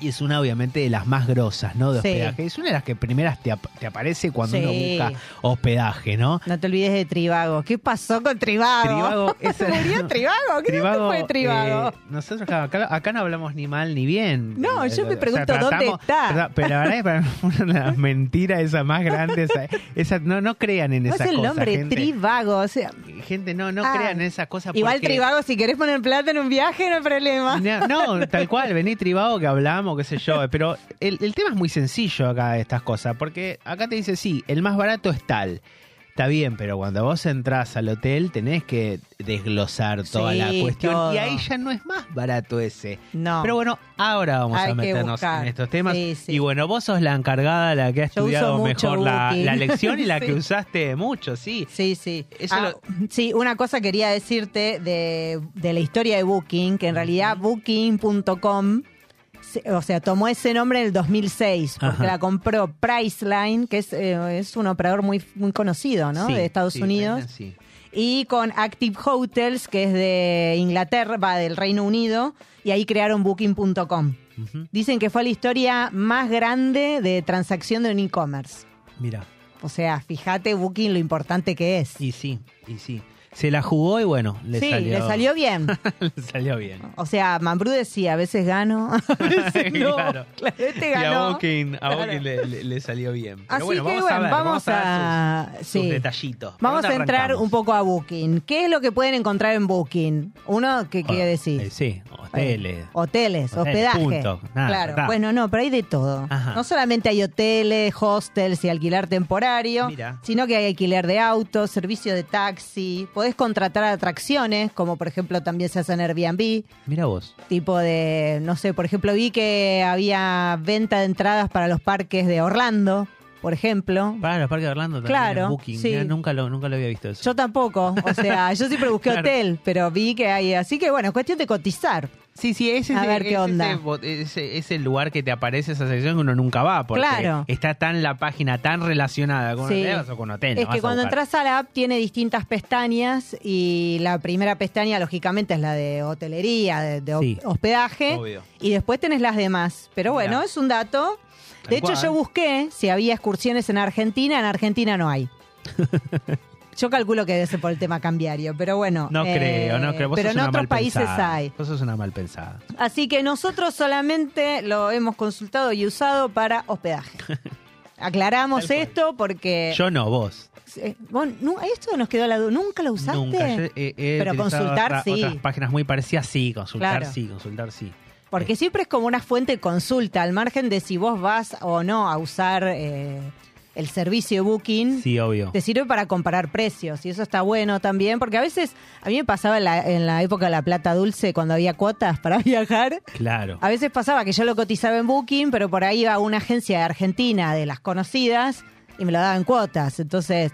Y es una, obviamente, de las más grosas, ¿no? De Sí. hospedaje. Es una de las que primeras te, ap- te aparece cuando Sí. uno busca hospedaje, ¿no? No te olvides de Tribago. ¿Qué pasó con Tribago? Trivago [laughs] es el- ¿Murió Tribago? ¿Qué Trivago, fue Tribago? eh, nosotros acá, acá- acá no hablamos ni mal ni bien. No, Eh, yo me o sea, pregunto dónde está. trata- Pero la verdad es para mí fue una de las mentiras esas más grandes. Esa, esa- no, no crean en no esas es cosas. el nombre, gente. Tribago. o sea, Gente, no, no Ah. crean en esas cosas. igual porque- Tribago, si querés poner plata en un viaje, no hay problema. No, no, tal cual, vení tribado que hablamos, qué sé yo. Pero el, el tema es muy sencillo acá de estas cosas, porque acá te dice, sí, el más barato es tal. Está bien, pero cuando vos entrás al hotel tenés que desglosar toda Sí, la cuestión. todo. Y ahí ya no es más barato ese. No. Pero bueno, ahora vamos Hay a que meternos buscar. en estos temas. Sí, sí. Y bueno, vos sos la encargada, la que ha Yo uso estudiado mucho mejor la, Booking. la lección [laughs] y la Sí. que usaste mucho, sí. Sí, sí. Eso Ah, Sí, una cosa quería decirte de, de la historia de Booking, que en realidad Booking.com, se- o sea, tomó ese nombre en el 2006, porque Ajá. la compró Priceline, que es, eh, es un operador muy, muy conocido, ¿no? Sí, de Estados sí, Unidos. sí. Y con Active Hotels, que es de Inglaterra, va del Reino Unido, y ahí crearon Booking.com. Ujú, Dicen que fue la historia más grande de transacción de un e-commerce. Mira. O sea, fíjate, Booking, lo importante que es. Y sí, y sí. Se la jugó y bueno, le sí, salió. le salió bien. [laughs] le salió [laughs] bien. O sea, Mambrú decía, a [laughs] veces gano, [laughs] a veces no. Claro. Claro, Este Y a ganó. Booking, a Claro. Booking le, le- le salió bien. Pero Así bueno, que vamos a bueno, ver, vamos dar a... sus, sus sí. detallitos. Vamos a dónde entrar arrancamos? un poco a Booking. ¿Qué es lo que pueden encontrar en Booking? Uno que quiere Ah, decir. eh, sí, hoteles. Hoteles, Hoteles, hospedaje. punto. Nada, claro. está. Bueno, no, pero hay de todo. Ajá. No solamente hay hoteles, hostels y alquiler temporario, Mira. sino que hay alquiler de autos, servicio de taxi. Podés contratar atracciones, como por ejemplo también se hace en Airbnb. Mira vos. tipo de, no sé, por ejemplo, vi que había venta de entradas para los parques de Orlando, por ejemplo. Para los parques de Orlando también. Claro, en Booking. sí. Mira, nunca, lo, nunca lo había visto eso. Yo tampoco, o sea, yo siempre busqué Claro. hotel, pero vi que hay, así que bueno, es cuestión de cotizar. Sí, sí, ese A es, ver qué ese- onda. ese- ese- ese lugar que te aparece esa sección que uno nunca va, porque Claro. está tan la página tan relacionada con Sí. hoteles o con hoteles. es que cuando entras a la app tiene distintas pestañas y la primera pestaña lógicamente es la de hotelería, de, de Sí. hospedaje, Obvio. y después tenés las demás. Pero Mirá. bueno, es un dato. De Tal hecho, cual. yo busqué si había excursiones en Argentina. En Argentina [laughs] no hay. Yo calculo que debe ser por el tema cambiario, pero bueno. No eh, creo, no creo. Vos pero sos en una otros mal países pensada. hay. Vos sos una mal pensada. Así que nosotros solamente lo hemos consultado y usado para [laughs] hospedaje. Aclaramos Tal cual. esto porque. Yo no, vos. eh, vos nu- esto nos quedó la duda. ¿Nunca lo usaste? Nunca. Yo, eh, he Pero utilizado consultar, otra- sí. Otras páginas muy parecidas, sí. Consultar, Claro. sí. Consultar, sí. Porque siempre es como una fuente de consulta, al margen de si vos vas o no a usar eh, el servicio de Booking. Sí, obvio. Te sirve para comparar precios y eso está bueno también, porque a veces, a mí me pasaba en la, en la época de la plata dulce, cuando había cuotas para [laughs] viajar, Claro. a veces pasaba que yo lo cotizaba en Booking, pero por ahí iba a una agencia de Argentina, de las conocidas, y me lo daban en cuotas. Entonces,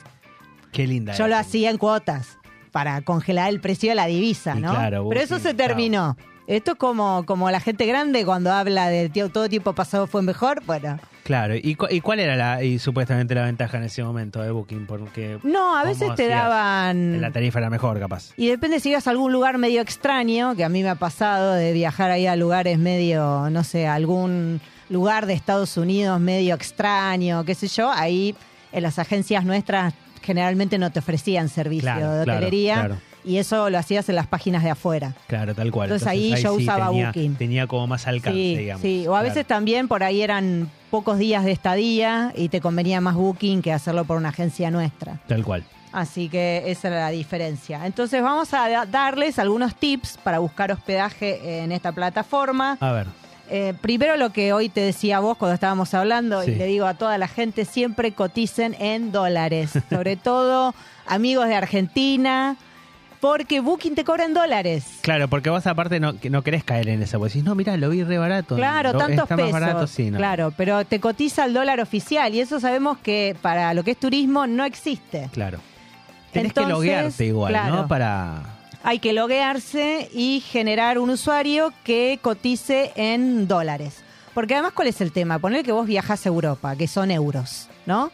Qué linda. yo lo era. hacía en cuotas para congelar el precio de la divisa, Y ¿no? claro, Pero eso Booking, se terminó. Esto es como, como la gente grande cuando habla de tío, todo tiempo pasado fue mejor. Bueno, Claro. ¿Y, cu- y cuál era la, y supuestamente la ventaja en ese momento de Booking? Porque no, a ¿cómo veces te hacías? daban... La tarifa era mejor, capaz. Y depende si ibas a algún lugar medio extraño, que a mí me ha pasado de viajar ahí a lugares medio, no sé, algún lugar de Estados Unidos medio extraño, qué sé yo, ahí en las agencias nuestras generalmente no te ofrecían servicio Claro, de claro, hotelería claro. y eso lo hacías en las páginas de afuera. Claro, tal cual. Entonces, ahí yo usaba tenía, Booking. Tenía como más alcance, sí, digamos. sí, o a Claro. veces también por ahí eran pocos días de estadía y te convenía más booking que hacerlo por una agencia nuestra. Tal cual. Así que esa era la diferencia. Entonces vamos a da- darles algunos tips para buscar hospedaje en esta plataforma. A ver. Eh, primero lo que hoy te decía vos cuando estábamos hablando, y Sí. le digo a toda la [laughs] gente, siempre coticen en dólares. Sobre todo amigos de Argentina, Porque Booking te cobra en dólares. Claro, porque vos aparte no, que no querés caer en esa, porque decís, no, mirá, lo vi re barato. Claro, Lo- tantos está pesos. más barato, sí, no. Claro, pero te cotiza el dólar oficial y eso sabemos que para lo que es turismo no existe. Claro. Tenés Entonces, que loguearte igual, claro. ¿no? Para. Hay que loguearse y generar un usuario que cotice en dólares. Porque además, ¿cuál es el tema? Poner que vos viajás a Europa, que son euros, ¿no?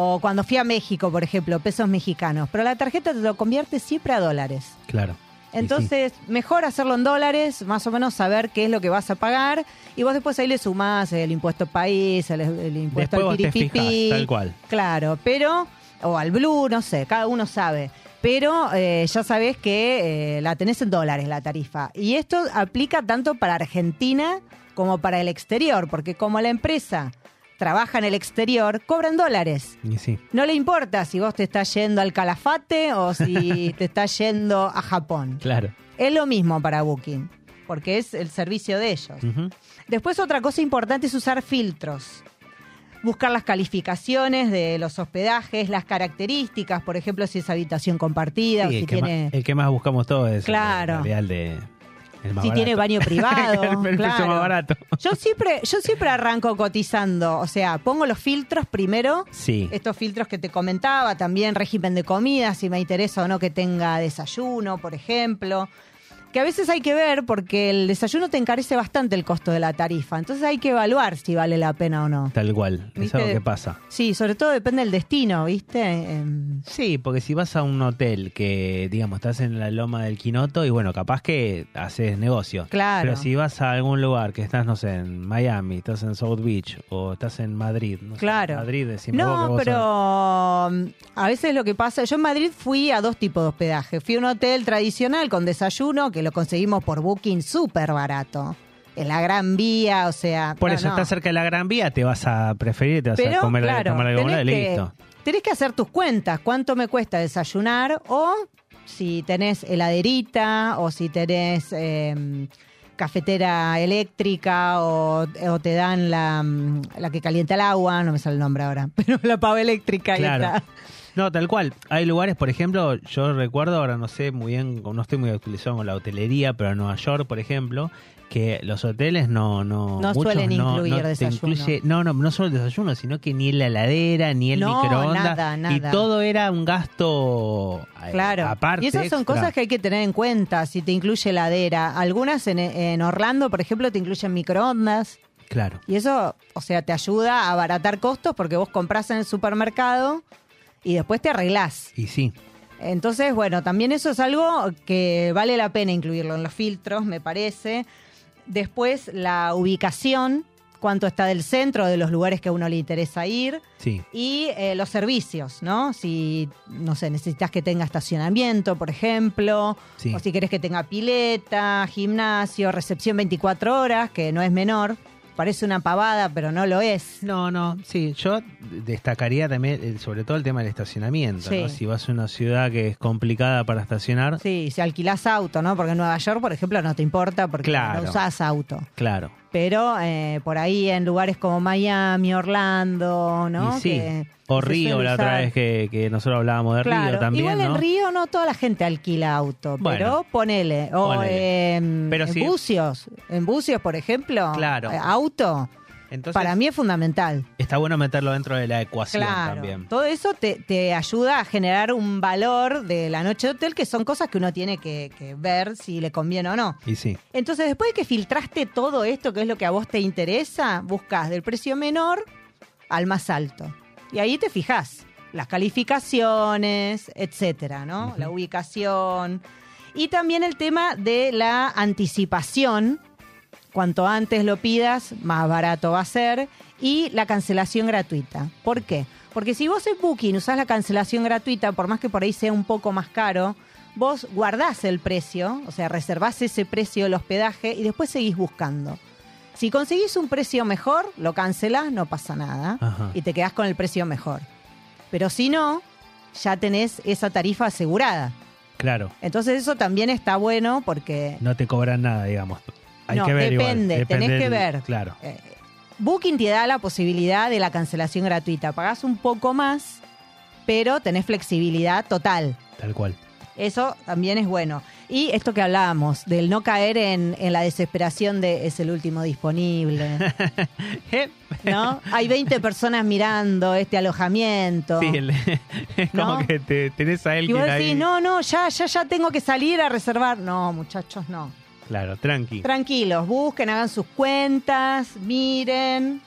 O cuando fui a México, por ejemplo, pesos mexicanos. Pero la tarjeta te lo convierte siempre a dólares. Claro. Y Entonces, mejor hacerlo en dólares, más o menos saber qué es lo que vas a pagar. Y vos después ahí le sumás el impuesto país, el, el sí. impuesto Después al vos te fijas, piripipi. tal cual. Claro, pero, o al blue, no sé, cada uno sabe. Pero eh, ya sabés que eh, la tenés en dólares la tarifa. Y esto aplica tanto para Argentina como para el exterior, porque como la empresa trabaja en el exterior, cobran dólares. Y sí. No le importa si vos te estás yendo al calafate [laughs] o si te estás yendo a Japón. Claro. Es lo mismo para Booking, porque es el servicio de ellos. Ujú. Después otra cosa importante es usar filtros. Buscar las calificaciones de los hospedajes, las características, por ejemplo, si es habitación compartida o Sí, si el, que tiene, más, el que más buscamos todo es Claro. el real de. El más si tiene barato. [laughs] baño privado. el precio claro. más barato. Yo siempre, yo siempre arranco cotizando, o sea, pongo los filtros primero, Sí. estos filtros que te comentaba, también régimen de comida, si me interesa o no que tenga desayuno, por ejemplo. Que a veces hay que ver porque el desayuno te encarece bastante el costo de la tarifa, entonces hay que evaluar si vale la pena o no. Tal cual. Es ¿Viste? algo que pasa. Sí, sobre todo depende del destino, ¿viste? Em, Sí, porque si vas a un hotel que, digamos, estás en la loma del Quinoto y bueno, capaz que haces negocio. Claro. Pero si vas a algún lugar que estás, no sé, en Miami, estás en South Beach o estás en Madrid, no sé, Claro. Madrid, decimos No, pero mm, a veces lo que pasa, yo en Madrid fui a dos tipos de hospedaje. Fui a un hotel tradicional con desayuno que lo conseguimos por Booking súper barato. En la Gran Vía, o sea... Por no, eso no. estás cerca de la Gran Vía, te vas a preferir, te vas Pero, a comer, claro, tomar algo bueno y tenés que- listo. Tenés que hacer tus cuentas, cuánto me cuesta desayunar o si tenés heladerita o si tenés eh, cafetera eléctrica o, o te dan la, mm, la que calienta el agua, no me sale el nombre ahora, [laughs] pero la pava eléctrica ahí Claro. está. No, tal cual. Hay lugares, por ejemplo, yo recuerdo, ahora no sé muy bien, no estoy muy actualizado con la hotelería, pero en Nueva York, por ejemplo, que los hoteles no... No, No muchos suelen no- incluir no te desayuno. incluye- no, no, no solo el desayuno, sino que ni la heladera, ni el No, microondas. nada, Y nada. todo era un gasto eh, Claro. aparte. y esas son extra. cosas que hay que tener en cuenta, si te incluye heladera. Algunas en, en Orlando, por ejemplo, te incluyen microondas. Claro. Y eso, o sea, te ayuda a abaratar costos porque vos compras en el supermercado y después te arreglás. Y sí. Entonces, bueno, también eso es algo que vale la pena incluirlo en los filtros, me parece. Después, la ubicación, cuánto está del centro, de los lugares que a uno le interesa ir. Sí, Y eh, los servicios, ¿no? Si, no sé, necesitas que tenga estacionamiento, por ejemplo, sí. o si querés que tenga pileta, gimnasio, recepción 24 horas, que no es menor. Parece una pavada, pero no lo es. No, no, sí, yo destacaría también el- sobre todo el tema del estacionamiento, Sí. ¿no? Si vas a una ciudad que es complicada para estacionar, Sí, si alquilás auto, ¿no? Porque en Nueva York, por ejemplo, no te importa porque Claro. no usás auto. claro. Pero eh, por ahí en lugares como Miami, Orlando, ¿no? Y sí. Que o se Río, suele la otra usar. vez que, que nosotros hablábamos de Río Claro. también, Igual ¿no? en Río no toda la gente alquila auto, Bueno. pero ponele. O Ponele. en, Pero en sí. Bucios, en Bucios, por ejemplo, Claro. eh, auto, Entonces, para mí es fundamental. está bueno meterlo dentro de la ecuación Claro. también. Todo eso te, te ayuda a generar un valor de la noche de hotel, que son cosas que uno tiene que, que ver si le conviene o no. Y sí, Entonces, después de que filtraste todo esto, que es lo que a vos te interesa, buscas del precio menor al más alto. Y ahí te fijas las calificaciones, etcétera, ¿no? Ujú. La ubicación. Y también el tema de la anticipación. Cuanto antes lo pidas, más barato va a ser. Y la cancelación gratuita. ¿Por qué? Porque si vos en Booking usás la cancelación gratuita, por más que por ahí sea un poco más caro, vos guardás el precio, o sea, reservás ese precio del hospedaje y después seguís buscando. Si conseguís un precio mejor, lo cancelás, no pasa nada ajá. y te quedás con el precio mejor. Pero si no, ya tenés esa tarifa asegurada. Claro, Entonces eso también está bueno porque no te cobran nada, digamos. Hay No, que ver igual, depende, tenés del- que ver. Claro, eh, Booking te da la posibilidad de la cancelación gratuita. Pagás un poco más, pero tenés flexibilidad total. tal cual. Eso también es bueno. Y esto que hablábamos, del no caer en, en la desesperación de es el último disponible, [laughs] Eh, ¿no? Hay 20 personas mirando este alojamiento. Sí, [laughs] el- es como ¿No? que te, tenés a él y que vos ahí- decís, no, no, ya, ya, ya tengo que salir a reservar. No, muchachos, no. Claro, tranqui. Tranquilos, busquen, hagan sus cuentas, miren.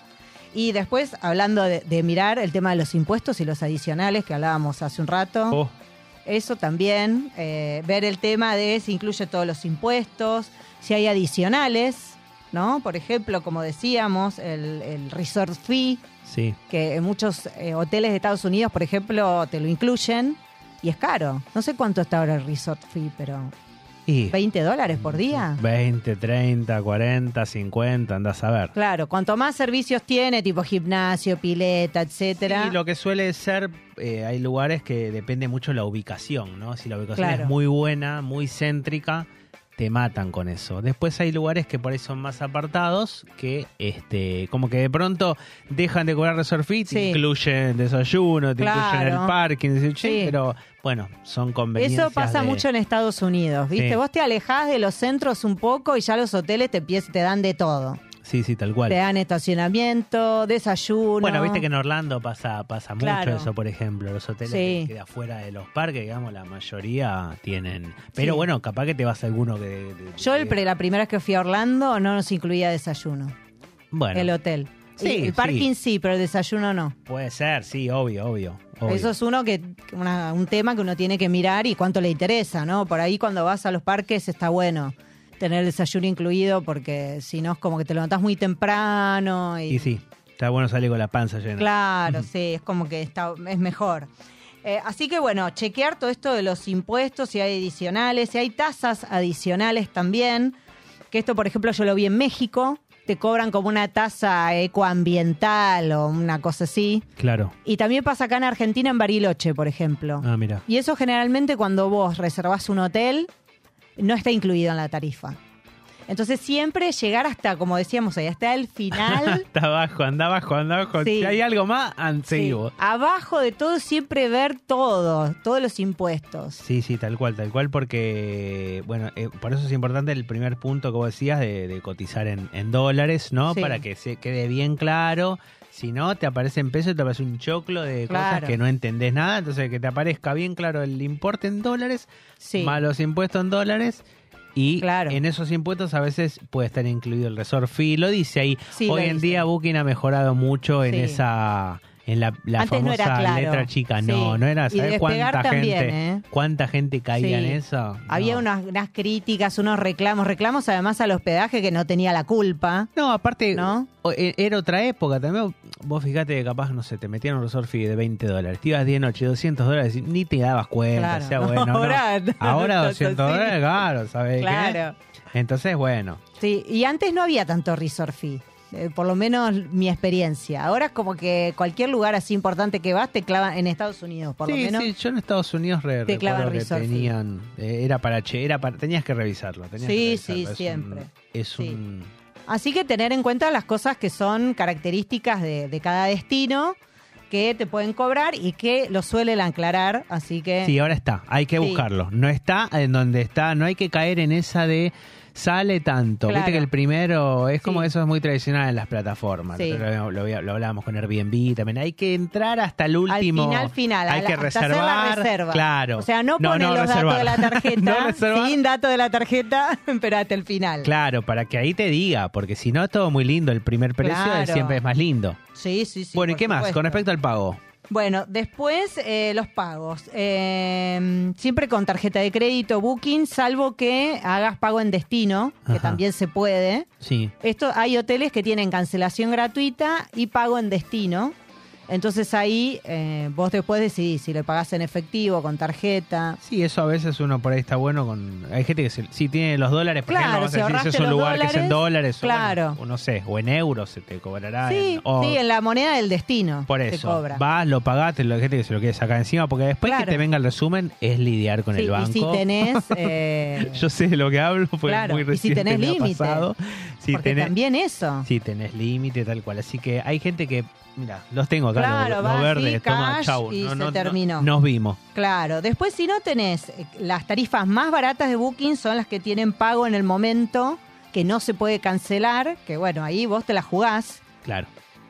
Y después, hablando de, de mirar el tema de los impuestos y los adicionales que hablábamos hace un rato. Oh, Eso también, eh, ver el tema de si incluye todos los impuestos, si hay adicionales, ¿no? Por ejemplo, como decíamos, el, el resort fee, sí. que en muchos eh, hoteles de Estados Unidos, por ejemplo, te lo incluyen y es caro. No sé cuánto está ahora el resort fee, pero Y 20 dólares por día. 20, 30, 40, 50, andás a ver. Claro, cuanto más servicios tiene, tipo gimnasio, pileta, etcétera. Y lo que suele ser, eh, hay lugares que depende mucho la ubicación, ¿no? Si la ubicación Claro. es muy buena, muy céntrica, te matan con eso. Después hay lugares que por ahí son más apartados, que este, como que de pronto dejan de cobrar resort fee, te Sí. incluyen desayuno, te incluyen Claro. el parking, decís, "Che, Sí. pero bueno, son conveniencias. Eso pasa de- mucho en Estados Unidos, ¿viste? Sí. Vos te alejás de los centros un poco y ya los hoteles te, empie- te dan de todo. Sí, sí, tal cual. Te dan estacionamiento, desayuno. Bueno, viste que en Orlando pasa, pasa Claro. mucho eso, por ejemplo. Los hoteles Sí. que de afuera de los parques, digamos, la mayoría tienen. Pero Sí. bueno, capaz que te vas a alguno que. de- Yo el que- pre- la primera vez que fui a Orlando no nos incluía desayuno, Bueno, el hotel. Sí, Y sí. el parking sí. pero el desayuno no. puede ser, sí, obvio, obvio. obvio. Eso es uno que una- un tema que uno tiene que mirar y cuánto le interesa, ¿no? Por ahí cuando vas a los parques está bueno tener el desayuno incluido porque si no es como que te levantás muy temprano Y sí, está bueno salir con la panza llena. Claro, sí, es como que está, es mejor. Eh, así que bueno, chequear todo esto de los impuestos, si hay adicionales, si hay tasas adicionales también, que esto por ejemplo yo lo vi en México, te cobran como una tasa ecoambiental o una cosa así. Claro. Y también pasa acá en Argentina, en Bariloche, por ejemplo. Ah, mira. Y eso generalmente cuando vos reservás un hotel, no está incluido en la tarifa. Entonces siempre llegar hasta, como decíamos ahí, hasta [laughs] el final Está abajo, anda abajo, anda abajo. Sí. Si hay algo más, and Sí. seguimos. Abajo de todo siempre ver todo, todos los impuestos. Sí, sí, tal cual, tal cual, porque, bueno, eh, por eso es importante el primer punto que vos decías de, de cotizar en, en dólares, ¿no? Sí. Para que se quede bien claro. Si no, te aparece en pesos y te aparece un choclo de Claro. cosas que no entendés nada. Entonces, que te aparezca bien claro el importe en dólares, Sí. más los impuestos en dólares. Y Claro. en esos impuestos a veces puede estar incluido el resort fee, lo dice ahí. Sí, Hoy lo en dice. día Booking ha mejorado mucho en Sí. esa... En la, la Antes no famosa era claro. letra chica, Sí. no, no era, Y ¿sabes despegar cuánta también, gente? ¿eh? ¿Cuánta gente caía en Sí. eso? No. Había unas, unas críticas, unos reclamos, reclamos además al hospedaje que no tenía la culpa. No, aparte, ¿No? o- e- era otra época también. Vos fijate que capaz, no sé, te metían un resort fee de 20 dólares, te ibas 10 noches, 200 dólares, y ni te dabas cuenta. Claro. o sea, bueno, no. Ahora, [laughs] no, Ahora no, 200 sí. dólares, claro, ¿sabes qué? Claro. Entonces, bueno, Sí, y antes no había tanto resort fee, eh, por lo menos mi experiencia. Ahora es como que cualquier lugar así importante que vas te clavan en Estados Unidos, por sí, lo menos. sí, yo en Estados Unidos re- Te clavan recuerdo que resort fee. tenían, eh, era para, che, era para, tenías que revisarlo. tenías que Sí, revisarlo, sí, es siempre. un- es Sí. un, Así que tener en cuenta las cosas que son características de, de cada destino que te pueden cobrar y que lo suelen aclarar, así que Sí, ahora está. Hay que Eh. Sí. buscarlo. No está en donde está. No hay que caer en esa de sale tanto. Claro. Viste que el primero es como Sí. eso es muy tradicional en las plataformas. Sí. Nosotros Lo, lo- lo hablábamos con Airbnb también. Hay que entrar hasta el último. Al final, final. Hay a la- que hasta hacer la reservar. reserva. Claro. O sea, no poner los datos de la [laughs] tarjeta. No reservar. Sin datos de la tarjeta, [laughs] esperate el final. Claro, para que ahí te diga, porque si no es todo muy lindo. El primer precio Claro. siempre es más lindo. Sí, sí, sí. bueno, ¿y por qué más? supuesto. Con respecto al pago. Bueno, después eh, los pagos. Eh, siempre con tarjeta de crédito, booking, salvo que hagas pago en destino, que Ajá. también se puede. Sí. Esto hay hoteles que tienen cancelación gratuita y pago en destino. Entonces ahí eh, vos después decidís si le pagás en efectivo, con tarjeta. Sí, eso a veces uno por ahí está bueno con... Hay gente que si tiene los dólares, por Claro, ejemplo, vas si a decir, si es ahorraste un los lugar que es en dólares, o claro. bueno, o no sé, o en euros se te cobrará. Sí, Ah, en- o- sí, en la moneda del destino. por te eso, cobra. vas, lo pagás, te lo, hay gente que se lo quiere sacar encima, porque después Claro. que te venga el resumen es lidiar con Sí, el banco. Y si tenés. eh, [laughs] Yo sé de lo que hablo, porque Claro, muy y si reciente tenés me ha límite, pasado. Si porque tenés- también eso. si tenés límite, tal cual. Así que hay gente que Mira, los tengo acá, Claro, los, va los así, verdes. toma, cash, chau. y se terminó. nos vimos. Claro, después si no tenés, eh, las tarifas más baratas de Booking son las que tienen pago en el momento, que no se puede cancelar, que bueno, ahí vos te la jugás, Claro.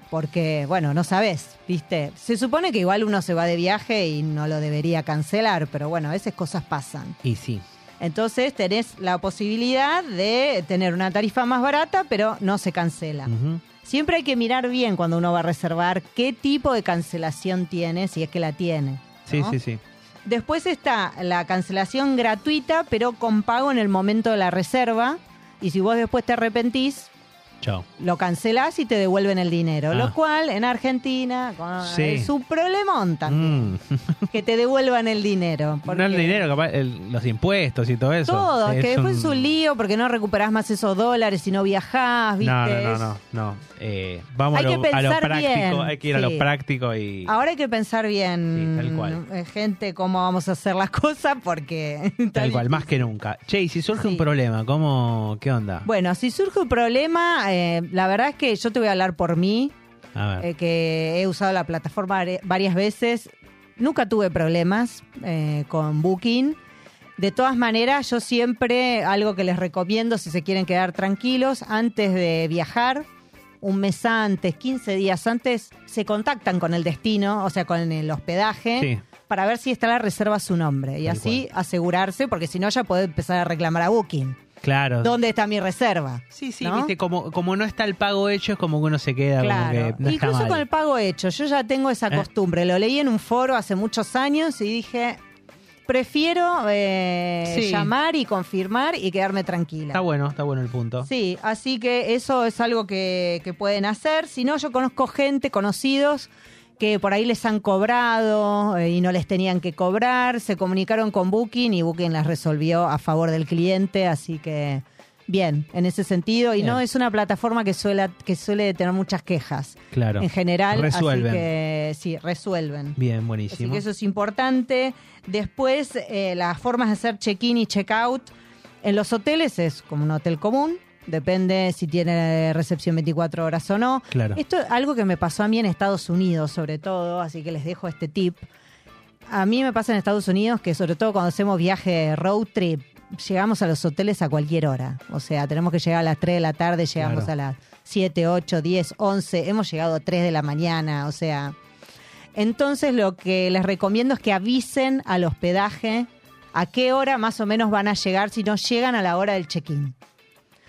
porque bueno, no sabés, ¿viste? Se supone que igual uno se va de viaje y no lo debería cancelar, pero bueno, a veces cosas pasan. Y sí. Entonces tenés la posibilidad de tener una tarifa más barata, pero no se cancela. Ujú. Siempre hay que mirar bien cuando uno va a reservar qué tipo de cancelación tiene, si es que la tiene. Sí, ¿no? sí, sí. Después está la cancelación gratuita, pero con pago en el momento de la reserva. Y si vos después te arrepentís, Chao. lo cancelás y te devuelven el dinero. Ah. Lo cual en Argentina con- Sí. es un problemón también, Mm. [laughs] que te devuelvan el dinero. No el porque dinero, capaz, el- los impuestos y todo eso. Todo, Es que después es un- un lío porque no recuperás más esos dólares si no viajás, ¿viste? No, no, no, Es- no. no. Eh, vamos Hay a, que lo, a lo pensar práctico. bien, Hay que ir a sí. lo práctico y. Ahora hay que pensar bien, Sí, tal cual. eh, gente, cómo vamos a hacer las [laughs] cosas porque... está Tal cual, más que nunca. Che, y si surge Sí. un problema, ¿cómo? ¿Qué onda? Bueno, si surge un problema, eh, la verdad es que yo te voy a hablar por mí, a ver. eh, que he usado la plataforma vari- varias veces. Nunca tuve problemas eh, con Booking. De todas maneras, yo siempre, algo que les recomiendo si se quieren quedar tranquilos, antes de viajar, un mes antes, 15 días antes, se contactan con el destino, o sea, con el hospedaje, Sí. para ver si está la reserva a su nombre. Y Tal así asegurarse, porque si no ya puede empezar a reclamar a Booking. claro. ¿Dónde está mi reserva? Sí, sí, ¿no? viste, como, como no está el pago hecho, es como que uno se queda como Claro. que no está Incluso mal. con el pago hecho, yo ya tengo esa ¿Eh? costumbre. Lo leí en un foro hace muchos años y dije, prefiero eh, Sí. llamar y confirmar y quedarme tranquila. Está bueno, está bueno el punto. Sí, así que eso es algo que, que pueden hacer. Si no, yo conozco gente, conocidos, que por ahí les han cobrado eh, y no les tenían que cobrar. Se comunicaron con Booking y Booking las resolvió a favor del cliente, así que bien, en ese sentido. Y no Bien. es una plataforma que suele, que suele tener muchas quejas Claro. en general. Resuelven. Así que sí, resuelven. Bien, Así buenísimo. que eso es importante. Después, eh, las formas de hacer check-in y check-out en los hoteles es como un hotel común. Depende si tiene recepción 24 horas o no. Claro. Esto es algo que me pasó a mí en Estados Unidos, sobre todo, así que les dejo este tip. A mí me pasa en Estados Unidos que, sobre todo cuando hacemos viaje road trip, llegamos a los hoteles a cualquier hora. O sea, tenemos que llegar a las 3 de la tarde, llegamos Claro. a las 7, 8, 10, 11. Hemos llegado a 3 de la mañana, o sea. Entonces, lo que les recomiendo es que avisen al hospedaje a qué hora más o menos van a llegar si no llegan a la hora del check-in.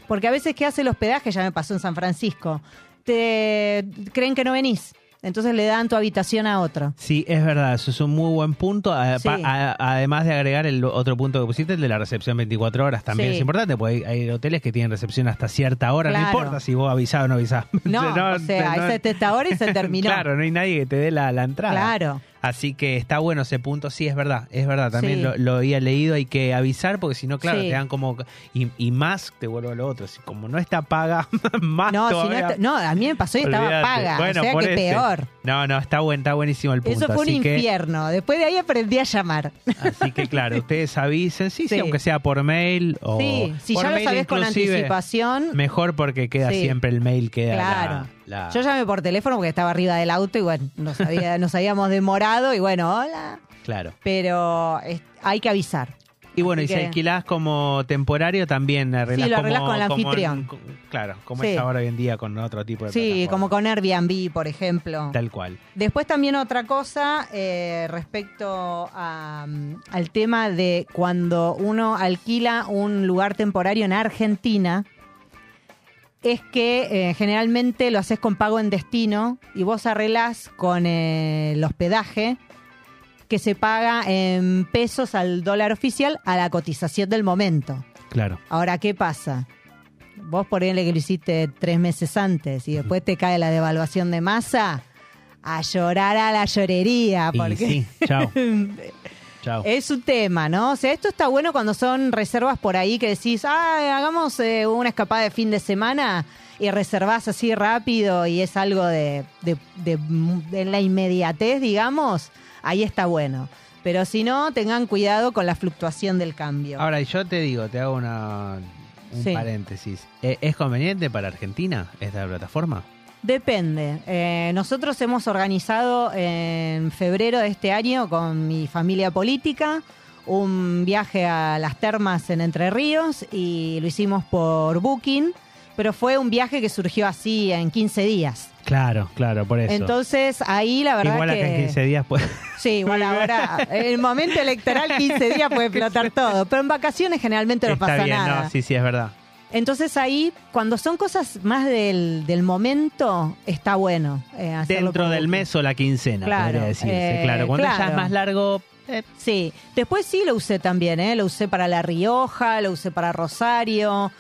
Porque a veces que hace el hospedaje, ya me pasó en San Francisco, te creen que no venís. Entonces le dan tu habitación a otro. Sí, es verdad, eso es un muy buen punto. A- Sí. pa- a- además de agregar el otro punto que pusiste, el de la recepción 24 horas, también Sí. es importante, porque hay, hay hoteles que tienen recepción hasta cierta hora, Claro. no importa si vos avisás o no avisás. [laughs] No, o sea, no- es hasta esta hora [laughs] y se terminó. Claro, no hay nadie que te dé la, la entrada. Claro. Así que está bueno ese punto, sí, es verdad, es verdad, también Sí. lo, lo había leído, hay que avisar porque si no, claro, Sí. te dan como... Y, y más, te vuelvo a lo otro, si como no está paga, [laughs] más No, si no, Ah, todavía. está- no, a mí me pasó y estaba Olvídate. paga. Bueno, o sea por que ese. peor. No, no, está buen, está buenísimo el punto. Eso fue un así que- infierno. Después de ahí aprendí a llamar. [laughs] Así que claro, ustedes avisen, sí, sí, Sí. aunque sea por mail o sí, si por ya lo mail sabés con inclusive, anticipación, Mejor porque queda Sí. siempre el mail queda la- Claro. la- Yo llamé por teléfono porque estaba arriba del auto y bueno, [laughs] nos, había- nos habíamos demorado y bueno, hola. claro. Pero es- hay que avisar. Y bueno, Así y si que- alquilás como temporario también arreglás lo arreglás como- con el como en- anfitrión. co- claro, como Sí. es ahora hoy en día con otro tipo de Sí, plataforma. como con Airbnb, por ejemplo. tal cual. Después también otra cosa eh, respecto a, mm, al tema de cuando uno alquila un lugar temporario en Argentina, es que eh, generalmente lo haces con pago en destino y vos arreglás con eh, el hospedaje que se paga en pesos al dólar oficial a la cotización del momento. Claro. Ahora, ¿qué pasa? Vos ponele que lo hiciste tres meses antes y después te cae la devaluación de masa, a llorar a Eh, la llorería, Y porque sí, chao. chao. [laughs] es un tema, ¿no? O sea, esto está bueno cuando son reservas por ahí que decís, ah, hagamos eh, una escapada de fin de semana y reservás así rápido y es algo de, de- de- de la inmediatez, digamos, ahí está bueno. Pero si no, tengan cuidado con la fluctuación del cambio. Ahora, y yo te digo, te hago una un Sí. paréntesis. ¿E- ¿Es conveniente para Argentina esta plataforma? Depende. Eh, nosotros hemos organizado en febrero de este año con mi familia política un viaje a las termas en Entre Ríos y lo hicimos por Booking, pero fue un viaje que surgió así en 15 días. Claro, claro, por eso. Entonces ahí la verdad Igual que... acá en 15 días pues. Sí, igual ahora, en el momento electoral 15 [laughs] días puede explotar todo, pero en vacaciones generalmente no está pasa bien, nada. no, sí, sí, es verdad. Entonces ahí, cuando son cosas más del, del momento, está bueno. eh, hacerlo Dentro como del que- mes o la quincena, Claro, podría decirse. eh, claro, cuando ya es claro. más largo, eh, Sí, después sí lo usé también, ¿eh? lo usé para La Rioja, lo usé para Rosario,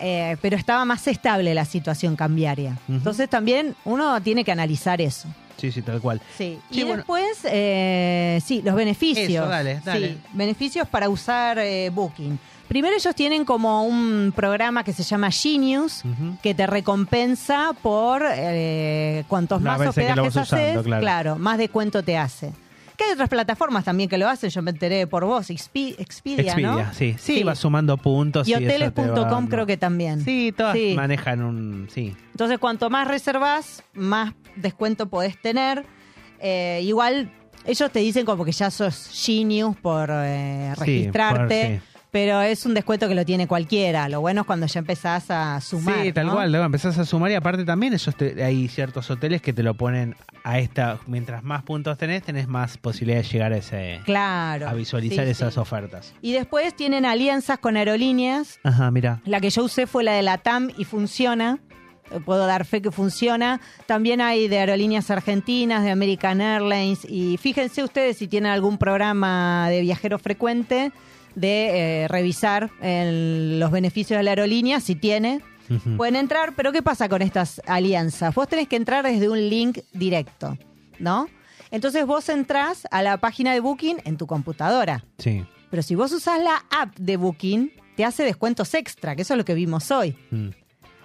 eh, pero estaba más estable la situación cambiaria. Ujú. Entonces también uno tiene que analizar eso. sí, sí, tal cual. Sí. Sí, y bueno. después, eh, sí, los beneficios. Eso, dale, dale. Sí, beneficios para usar eh, Booking. Primero ellos tienen como un programa que se llama Genius, Ujú. que te recompensa por eh, cuantos Las más veces que lo hospedajes vas usando, haces, claro. más descuento te hace. Que hay otras plataformas también que lo hacen, yo me enteré por vos, Expi- Expedia, Expedia, ¿no? sí. Sí, Sí. va sumando puntos. Y eso te va hoteles.com dando. creo que también. Sí, todas Sí. manejan un... Sí, Entonces, cuanto más reservas, más descuento podés tener. Eh, igual, ellos te dicen como que ya sos genius por eh, Sí, registrarte. por- sí. Pero es un descuento que lo tiene cualquiera. Lo bueno es cuando ya empezás a sumar. Sí, tal ¿no? cual, luego empezás a sumar y aparte también ellos te- hay ciertos hoteles que te lo ponen a esta, mientras más puntos tenés, tenés más posibilidad de llegar a ese, Claro. a visualizar Sí, esas sí. ofertas. Y después tienen alianzas con aerolíneas Ajá, mira. La que yo usé fue la de la TAM y funciona. Eh, Puedo dar fe que funciona. También hay de aerolíneas argentinas, de American Airlines. Y fíjense ustedes si tienen algún programa de viajero frecuente de eh, revisar el- los beneficios de la aerolínea, si tiene. Ujú. Pueden entrar, pero ¿qué pasa con estas alianzas? Vos tenés que entrar desde un link directo, ¿no? Entonces vos entrás a la página de Booking en tu computadora. Sí. Pero si vos usás la app de Booking, te hace descuentos extra, que eso es lo que vimos hoy. Mm.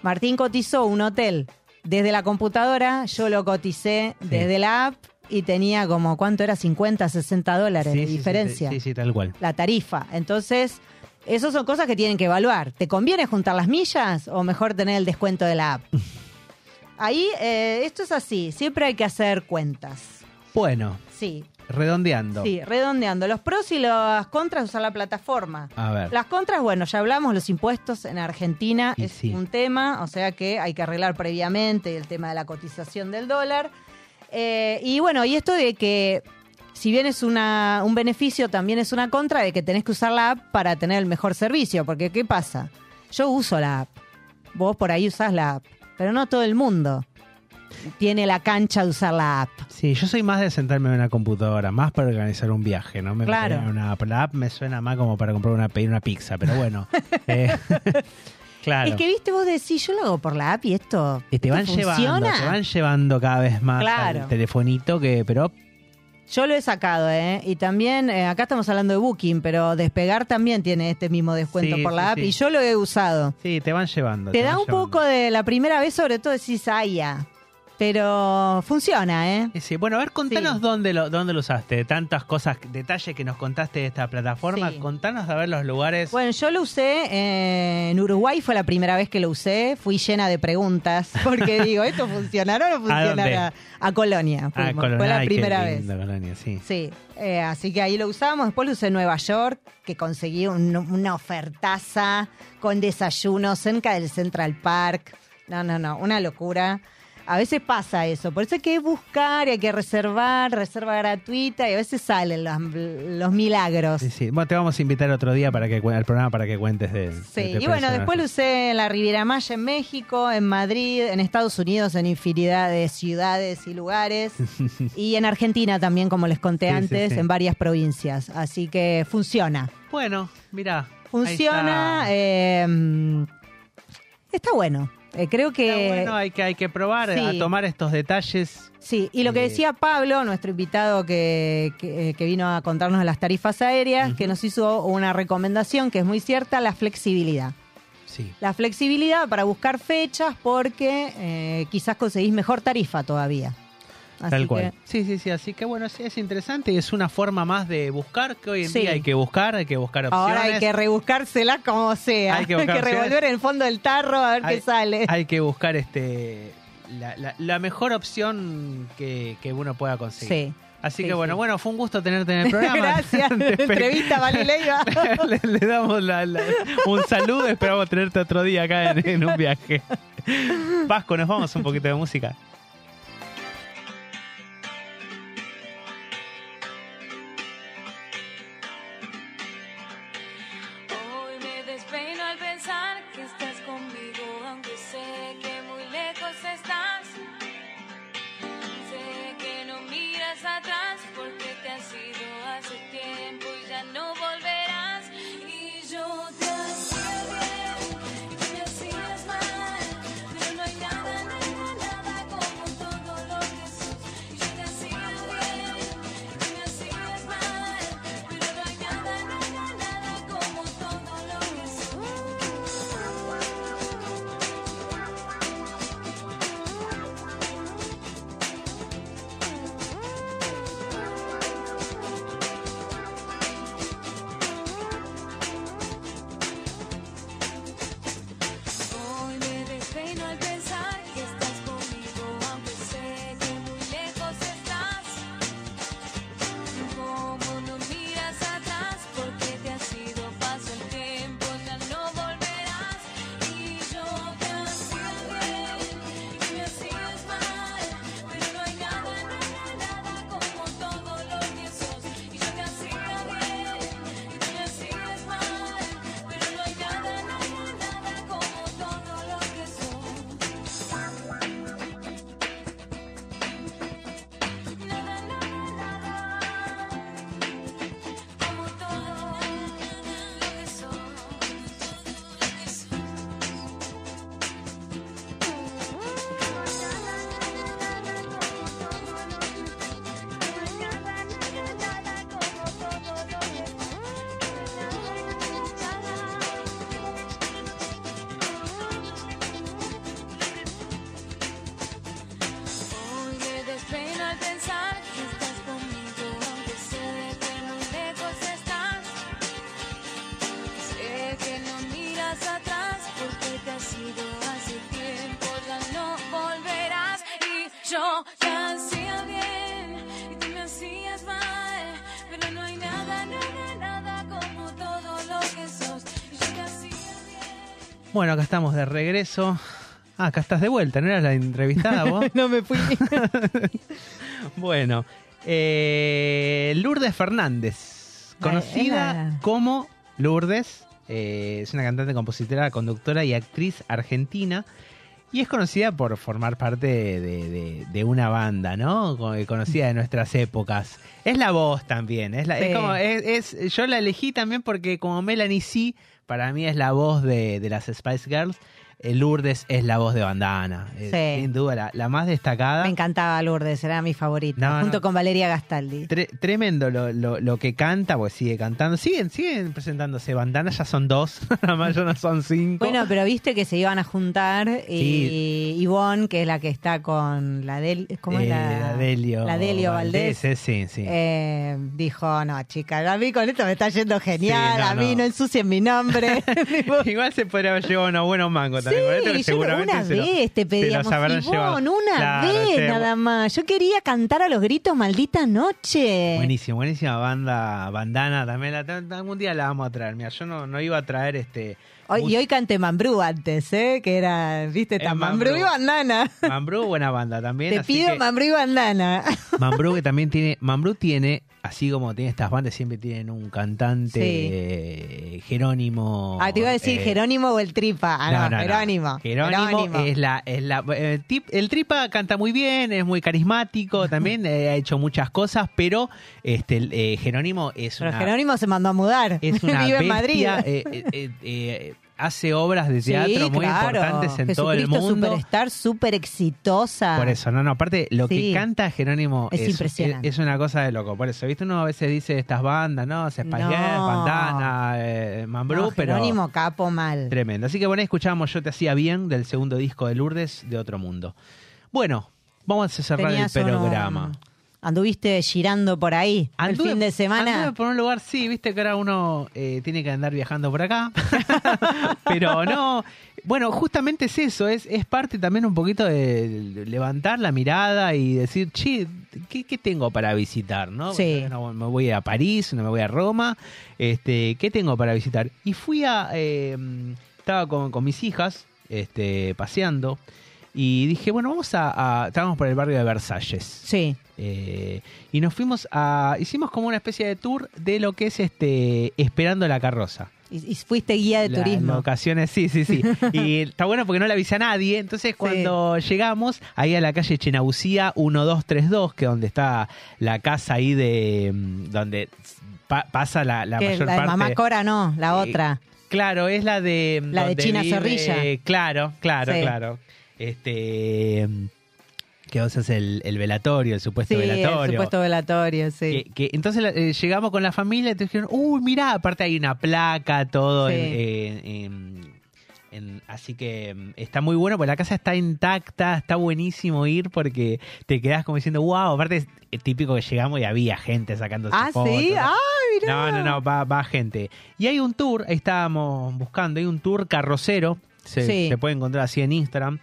Martín cotizó un hotel desde la computadora, yo lo coticé Sí. desde la app y tenía como, ¿cuánto era? 50, 60 dólares Sí, de sí, sí, diferencia, Sí, sí, tal cual. la tarifa. Entonces, esas son cosas que tienen que evaluar. ¿Te conviene juntar las millas o mejor tener el descuento [laughs] de la app? Ahí, eh, esto es así, siempre hay que hacer cuentas. Bueno, Sí, redondeando. sí, redondeando. Los pros y las contras usar la plataforma. A ver. Las contras, bueno, ya hablamos, los impuestos en Argentina Y es sí. un tema, o sea que hay que arreglar previamente el tema de la cotización del dólar. Eh, y bueno, y esto de que, si bien es una, un beneficio, también es una contra de que tenés que usar la app para tener el mejor servicio, porque ¿qué pasa? Yo uso la app, vos por ahí usás la app, pero no todo el mundo tiene la cancha de usar la app. Sí, yo soy más de sentarme en una computadora, más para organizar un viaje, ¿no? Me Claro. metería en una app. La app me suena más como para comprar una, pedir una pizza, pero [laughs] bueno. Eh, [laughs] claro. Es que, viste, vos decís, yo lo hago por la app y esto... Y te ¿esto van llevando, funciona? te van llevando cada vez más Claro. al telefonito que, pero Yo lo he sacado, ¿eh? Y también, eh, acá estamos hablando de Booking, pero Despegar también tiene este mismo descuento Sí, por la sí, app sí. y yo lo he usado. sí, te van llevando. Te te da van un llevando. poco de la primera vez, sobre todo decís, ay, ya. Pero funciona, ¿eh? Y sí, bueno, a ver, contanos Sí. dónde, lo, dónde lo usaste. De tantas cosas, detalles que nos contaste de esta plataforma, Sí. contanos a ver los lugares. Bueno, yo lo usé eh, en Uruguay, fue la primera vez que lo usé. Fui llena de preguntas [laughs] porque digo, ¿esto funcionará o no ¿A dónde? funcionará? A, Colonia. Ah, fuimos. Colonia, fue la ay, qué primera vez. lindo, Colonia, sí. Sí, eh, así que ahí lo usamos. Después lo usé en Nueva York, que conseguí un- una ofertaza con desayuno cerca del Central Park. No, no, no, una locura. A veces pasa eso, por eso hay que buscar, y hay que reservar, reserva gratuita y a veces salen los, los milagros. Sí, sí. Bueno, te vamos a invitar otro día para que cu- al programa para que cuentes de. Sí, de tu y bueno, experiencia. después lo usé en la Riviera Maya en México, en Madrid, en Estados Unidos, en infinidad de ciudades y lugares. [laughs] y en Argentina también, como les conté Sí, sí, antes, sí. en varias provincias. Así que funciona. Bueno, mira. Funciona. eh, está bueno. Eh, creo que. bueno, hay que, hay que probar sí. a tomar estos detalles. Sí, y lo que Eh, decía Pablo, nuestro invitado que, que, eh, que vino a contarnos de las tarifas aéreas, que nos hizo una recomendación que es muy cierta, la flexibilidad. Sí. La flexibilidad para buscar fechas porque eh, quizás conseguís mejor tarifa todavía. Así Tal que- cual. Sí, sí, sí. Así que bueno, sí, es interesante y es una forma más de buscar que hoy en Sí. día hay que buscar, hay que buscar opciones. Ahora hay que rebuscársela como sea. [laughs] Hay que buscar opciones. revolver el fondo del tarro a ver Hay- qué sale. Hay que buscar este la, la- la mejor opción que, que uno pueda Sí. conseguir. [laughs] Así sí, que bueno, sí. bueno, fue un gusto tenerte en [laughs] el programa. [laughs] Gracias. Te esper- Entrevista, Vale Leiva. [laughs] le, [laughs] le damos la- la- un saludo, esperamos tenerte otro día acá en, en un viaje. [laughs] Vasco, nos vamos un poquito de música. Hoy me despeino al pensar que estás conmigo, aunque sé que muy lejos estás. Sé que no miras atrás porque te has ido hace tiempo y ya no volverás. Y yo te hacía bien, tú me hacías mal, pero no hay nada, nada, nada como todo lo que sos. Yo te hacía bien, tú me hacías mal, pero no hay nada, nada, nada como todo lo que sos. Hoy me despeino al pensar que estás conmigo, aunque sé que muy lejos estás. Como no miras atrás, porque te has ido, paso el tiempo, ya no volverás. Y yo te hacía bien, y me hacías mal, pero no hay nada, nada, nada como todo lo que sos. Y yo te hacía bien, y tú me hacías mal, pero no hay nada, nada, nada como todo lo que sos. Nada, nada, como todo lo que soy, todo lo que soy. Hoy me despeino al pensar que estás conmigo, aunque sé que muy lejos estás. Sé que no miras atrás porque te has ido hace tiempo, ya no volverás. Y yo te hacía bien y tú me hacías mal, pero no hay nada, nada, nada como todo lo que sos. Y yo te hacía bien. Bueno, acá estamos de regreso. Ah, acá estás de vuelta, ¿no eras la entrevistada [laughs] vos? No me fui. [laughs] bueno, eh, Lourdes Fernández, Bueno, es conocida la- como Lourdes, eh, es una cantante, compositora, conductora y actriz argentina. Y es conocida por formar parte de, de- de una banda, ¿no? Co- eh, Conocida de nuestras épocas. Es la voz también. Es la, es Sí. como- es- es- yo la elegí también porque como Melanie C, para mí es la voz de, de las Spice Girls, eh, Lourdes es la voz de Bandana. Eh, Sí. Sin duda, la, la más destacada. Me encantaba Lourdes, era mi favorita. ¿Ah? No, junto no. con Valeria Gastaldi. Tre- tremendo lo, lo- lo que canta, pues sigue cantando. Siguen, siguen presentándose bandanas, ya son dos, [laughs] nada más ya no son cinco. Bueno, pero viste que se iban a juntar Sí. y Ivonne, que es la que está con la del, ¿cómo es Eh, la, Delio, la Delio Valdés, eh, Sí, sí. eh, dijo, no, chica, a mí con esto me está yendo genial, Sí, no, a mí no. no, ensucien [laughs] mi nombre. [laughs] Igual se podría haber llevado unos buenos mangos también. con esto, que sí, yo seguramente una se lo- vez te pedíamos, habrán llevado. Ivonne, una Claro, vez sí, nada más. Yo quería cantar a los gritos, maldita noche. Buenísimo, buenísima banda, bandana también. La, ta- algún día la vamos a traer. Mira, yo no, no iba a traer este. Hoy- y mus- hoy canté Mambrú antes, ¿eh? Que era, viste, Es tan Mambrú. Mambrú. y bandana. Mambrú, buena banda también. [laughs] Te así pido que- Mambrú y bandana. Mambrú que también tiene, Mambrú tiene, así como tiene estas bandas, siempre tienen un cantante Sí. eh, Jerónimo. [laughs] Ah, te iba a decir eh, Jerónimo o el Tripa. Ah, no, no, no, no. Jerónimo. Jerónimo. es la, es la eh, tip- el tripa canta muy bien, es muy carismático, [laughs] también eh, ha hecho muchas cosas, pero este el, eh, Jerónimo es Pero una Jerónimo se mandó a mudar. es [laughs] una Vive en Madrid. bestia, eh, eh, eh, eh, hace obras de Sí, teatro muy claro. importantes en todo el Jesucristo mundo. Superstar, súper exitosa. Por eso, no, no, aparte lo que Ah. Sí. canta Jerónimo Es impresionante. Es, una cosa de loco. Por eso, viste, uno a veces dice estas bandas, ¿no? Se No. Bandana, eh, Mambrú, No, pero Jerónimo capo mal. tremendo. Así que bueno, escuchamos Yo te hacía bien del segundo disco de Lourdes de Otro Mundo. Bueno, vamos a cerrar Tenías el uno- programa. Anduviste girando por ahí Anduve- el fin de semana. anduve por un lugar, sí, viste que ahora uno eh, tiene que andar viajando por [laughs] acá. Pero no. Bueno, justamente es eso, es, es parte también un poquito de levantar la mirada y decir, che, ¿qué, qué tengo para visitar? ¿no? Sí. No me voy a París, no me voy a Roma. Este, ¿Qué tengo para visitar? Y fui a. eh, estaba con, con mis hijas este, paseando. Y dije, bueno, vamos a, a- Estábamos por el barrio de Versalles. Sí, Eh, y nos fuimos a. Hicimos como una especie de tour de lo que es este. Esperando la carroza. y, y fuiste guía de La- turismo. las ocasiones, sí, sí, [laughs] sí. Y está bueno porque no le avisa a nadie. Entonces, cuando llegamos ahí a la calle Chenabucía 1232, que es donde está la casa ahí de. mm, donde pa- pasa la, la Que mayor la de parte. mamá Cora no, la Eh, otra. Claro, es la de. mm, La de donde China vive- Zorrilla. Claro, claro, Sí. claro. Este. Que vos es el, el velatorio, el supuesto Sí, este velatorio. el supuesto velatorio, sí. Que, que- entonces la- eh, llegamos con la familia y te dijeron, uy, mirá, aparte hay una placa, todo. Sí. en- en- en- en- así que mm, está muy bueno, porque la casa está intacta, está buenísimo ir porque te quedás como diciendo, wow, aparte es eh, típico que llegamos y había gente sacando ah, sí, ah, mirá. no, no, no, va, va gente. Y hay un tour, ahí estábamos buscando, hay un tour carrocero, se, Sí. se puede encontrar así en Instagram,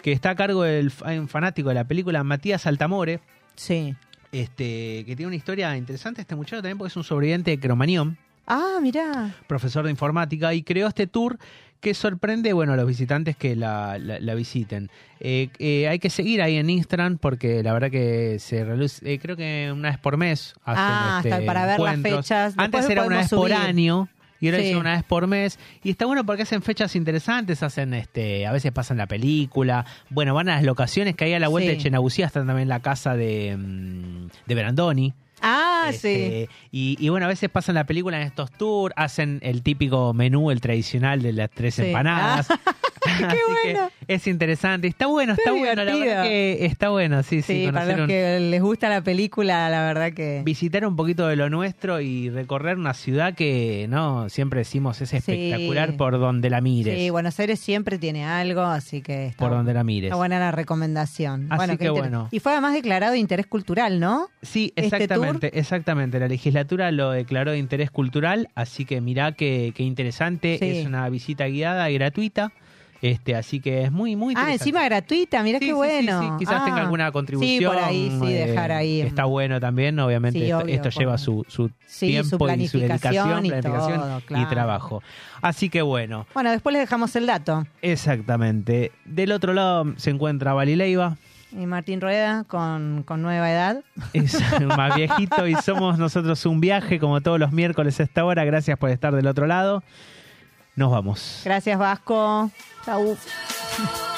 que está a cargo del hay un fanático de la película, Matías Altamore, Sí. este, que tiene una historia interesante este muchacho también porque es un sobreviviente de Cromañón, Ah, mirá. profesor de informática, y creó este tour que sorprende, bueno, a los visitantes que la, la- la visiten. Eh, eh, hay que seguir ahí en Instagram porque la verdad que se reluce, eh, creo que una vez por mes hacen Ah, este, hasta para ver las encuentros. fechas. Después Antes era una podemos vez por subir. año. Y ahora Sí. hicieron una vez por mes. Y está bueno porque hacen fechas interesantes, hacen este, a veces pasan la película. Bueno, van a las locaciones que hay a la vuelta Sí. de Chenabucía, está también la casa de, mm, de Brandoni. Ah, sí. Este, Y, y bueno, a veces pasan la película en estos tours, hacen el típico menú, el tradicional de las tres Sí. Ah, empanadas. [laughs] Así que bueno. es interesante. Está bueno, Qué está bueno. La divertido. verdad que está bueno, sí, sí. Sí, para conocer los un- que les gusta la película, la verdad que... Visitar un poquito de lo nuestro y recorrer una ciudad que, no, siempre decimos es espectacular por donde la mires. Sí, Buenos Aires siempre tiene algo, así que... está por donde la mires. Está buena la recomendación. Así Bueno, qué que inter- bueno. Y fue además declarado de interés cultural, ¿no? Sí, este exactamente, exactamente. La legislatura lo declaró de interés cultural, así que mirá que, que interesante. Sí. Es una visita guiada y gratuita, este, así que es muy, muy Ah, interesante. encima gratuita, mirá Sí, qué sí, sí, bueno. sí, Quizás Ah, tenga alguna contribución. Sí, por ahí, sí, eh, dejar ahí. Está bueno también, obviamente. Sí, esto obvio, esto por- lleva su, su Sí, su tiempo y su dedicación, planificación y planificación todo, y claro. trabajo. Así que bueno, Bueno, después les dejamos el dato. exactamente. Del otro lado se encuentra Valileiva. Y Martín Rueda, con, con nueva edad. Es más viejito y somos nosotros un viaje como todos los miércoles a esta hora. Gracias por estar del otro lado. Nos vamos. Gracias, Vasco. Chau. you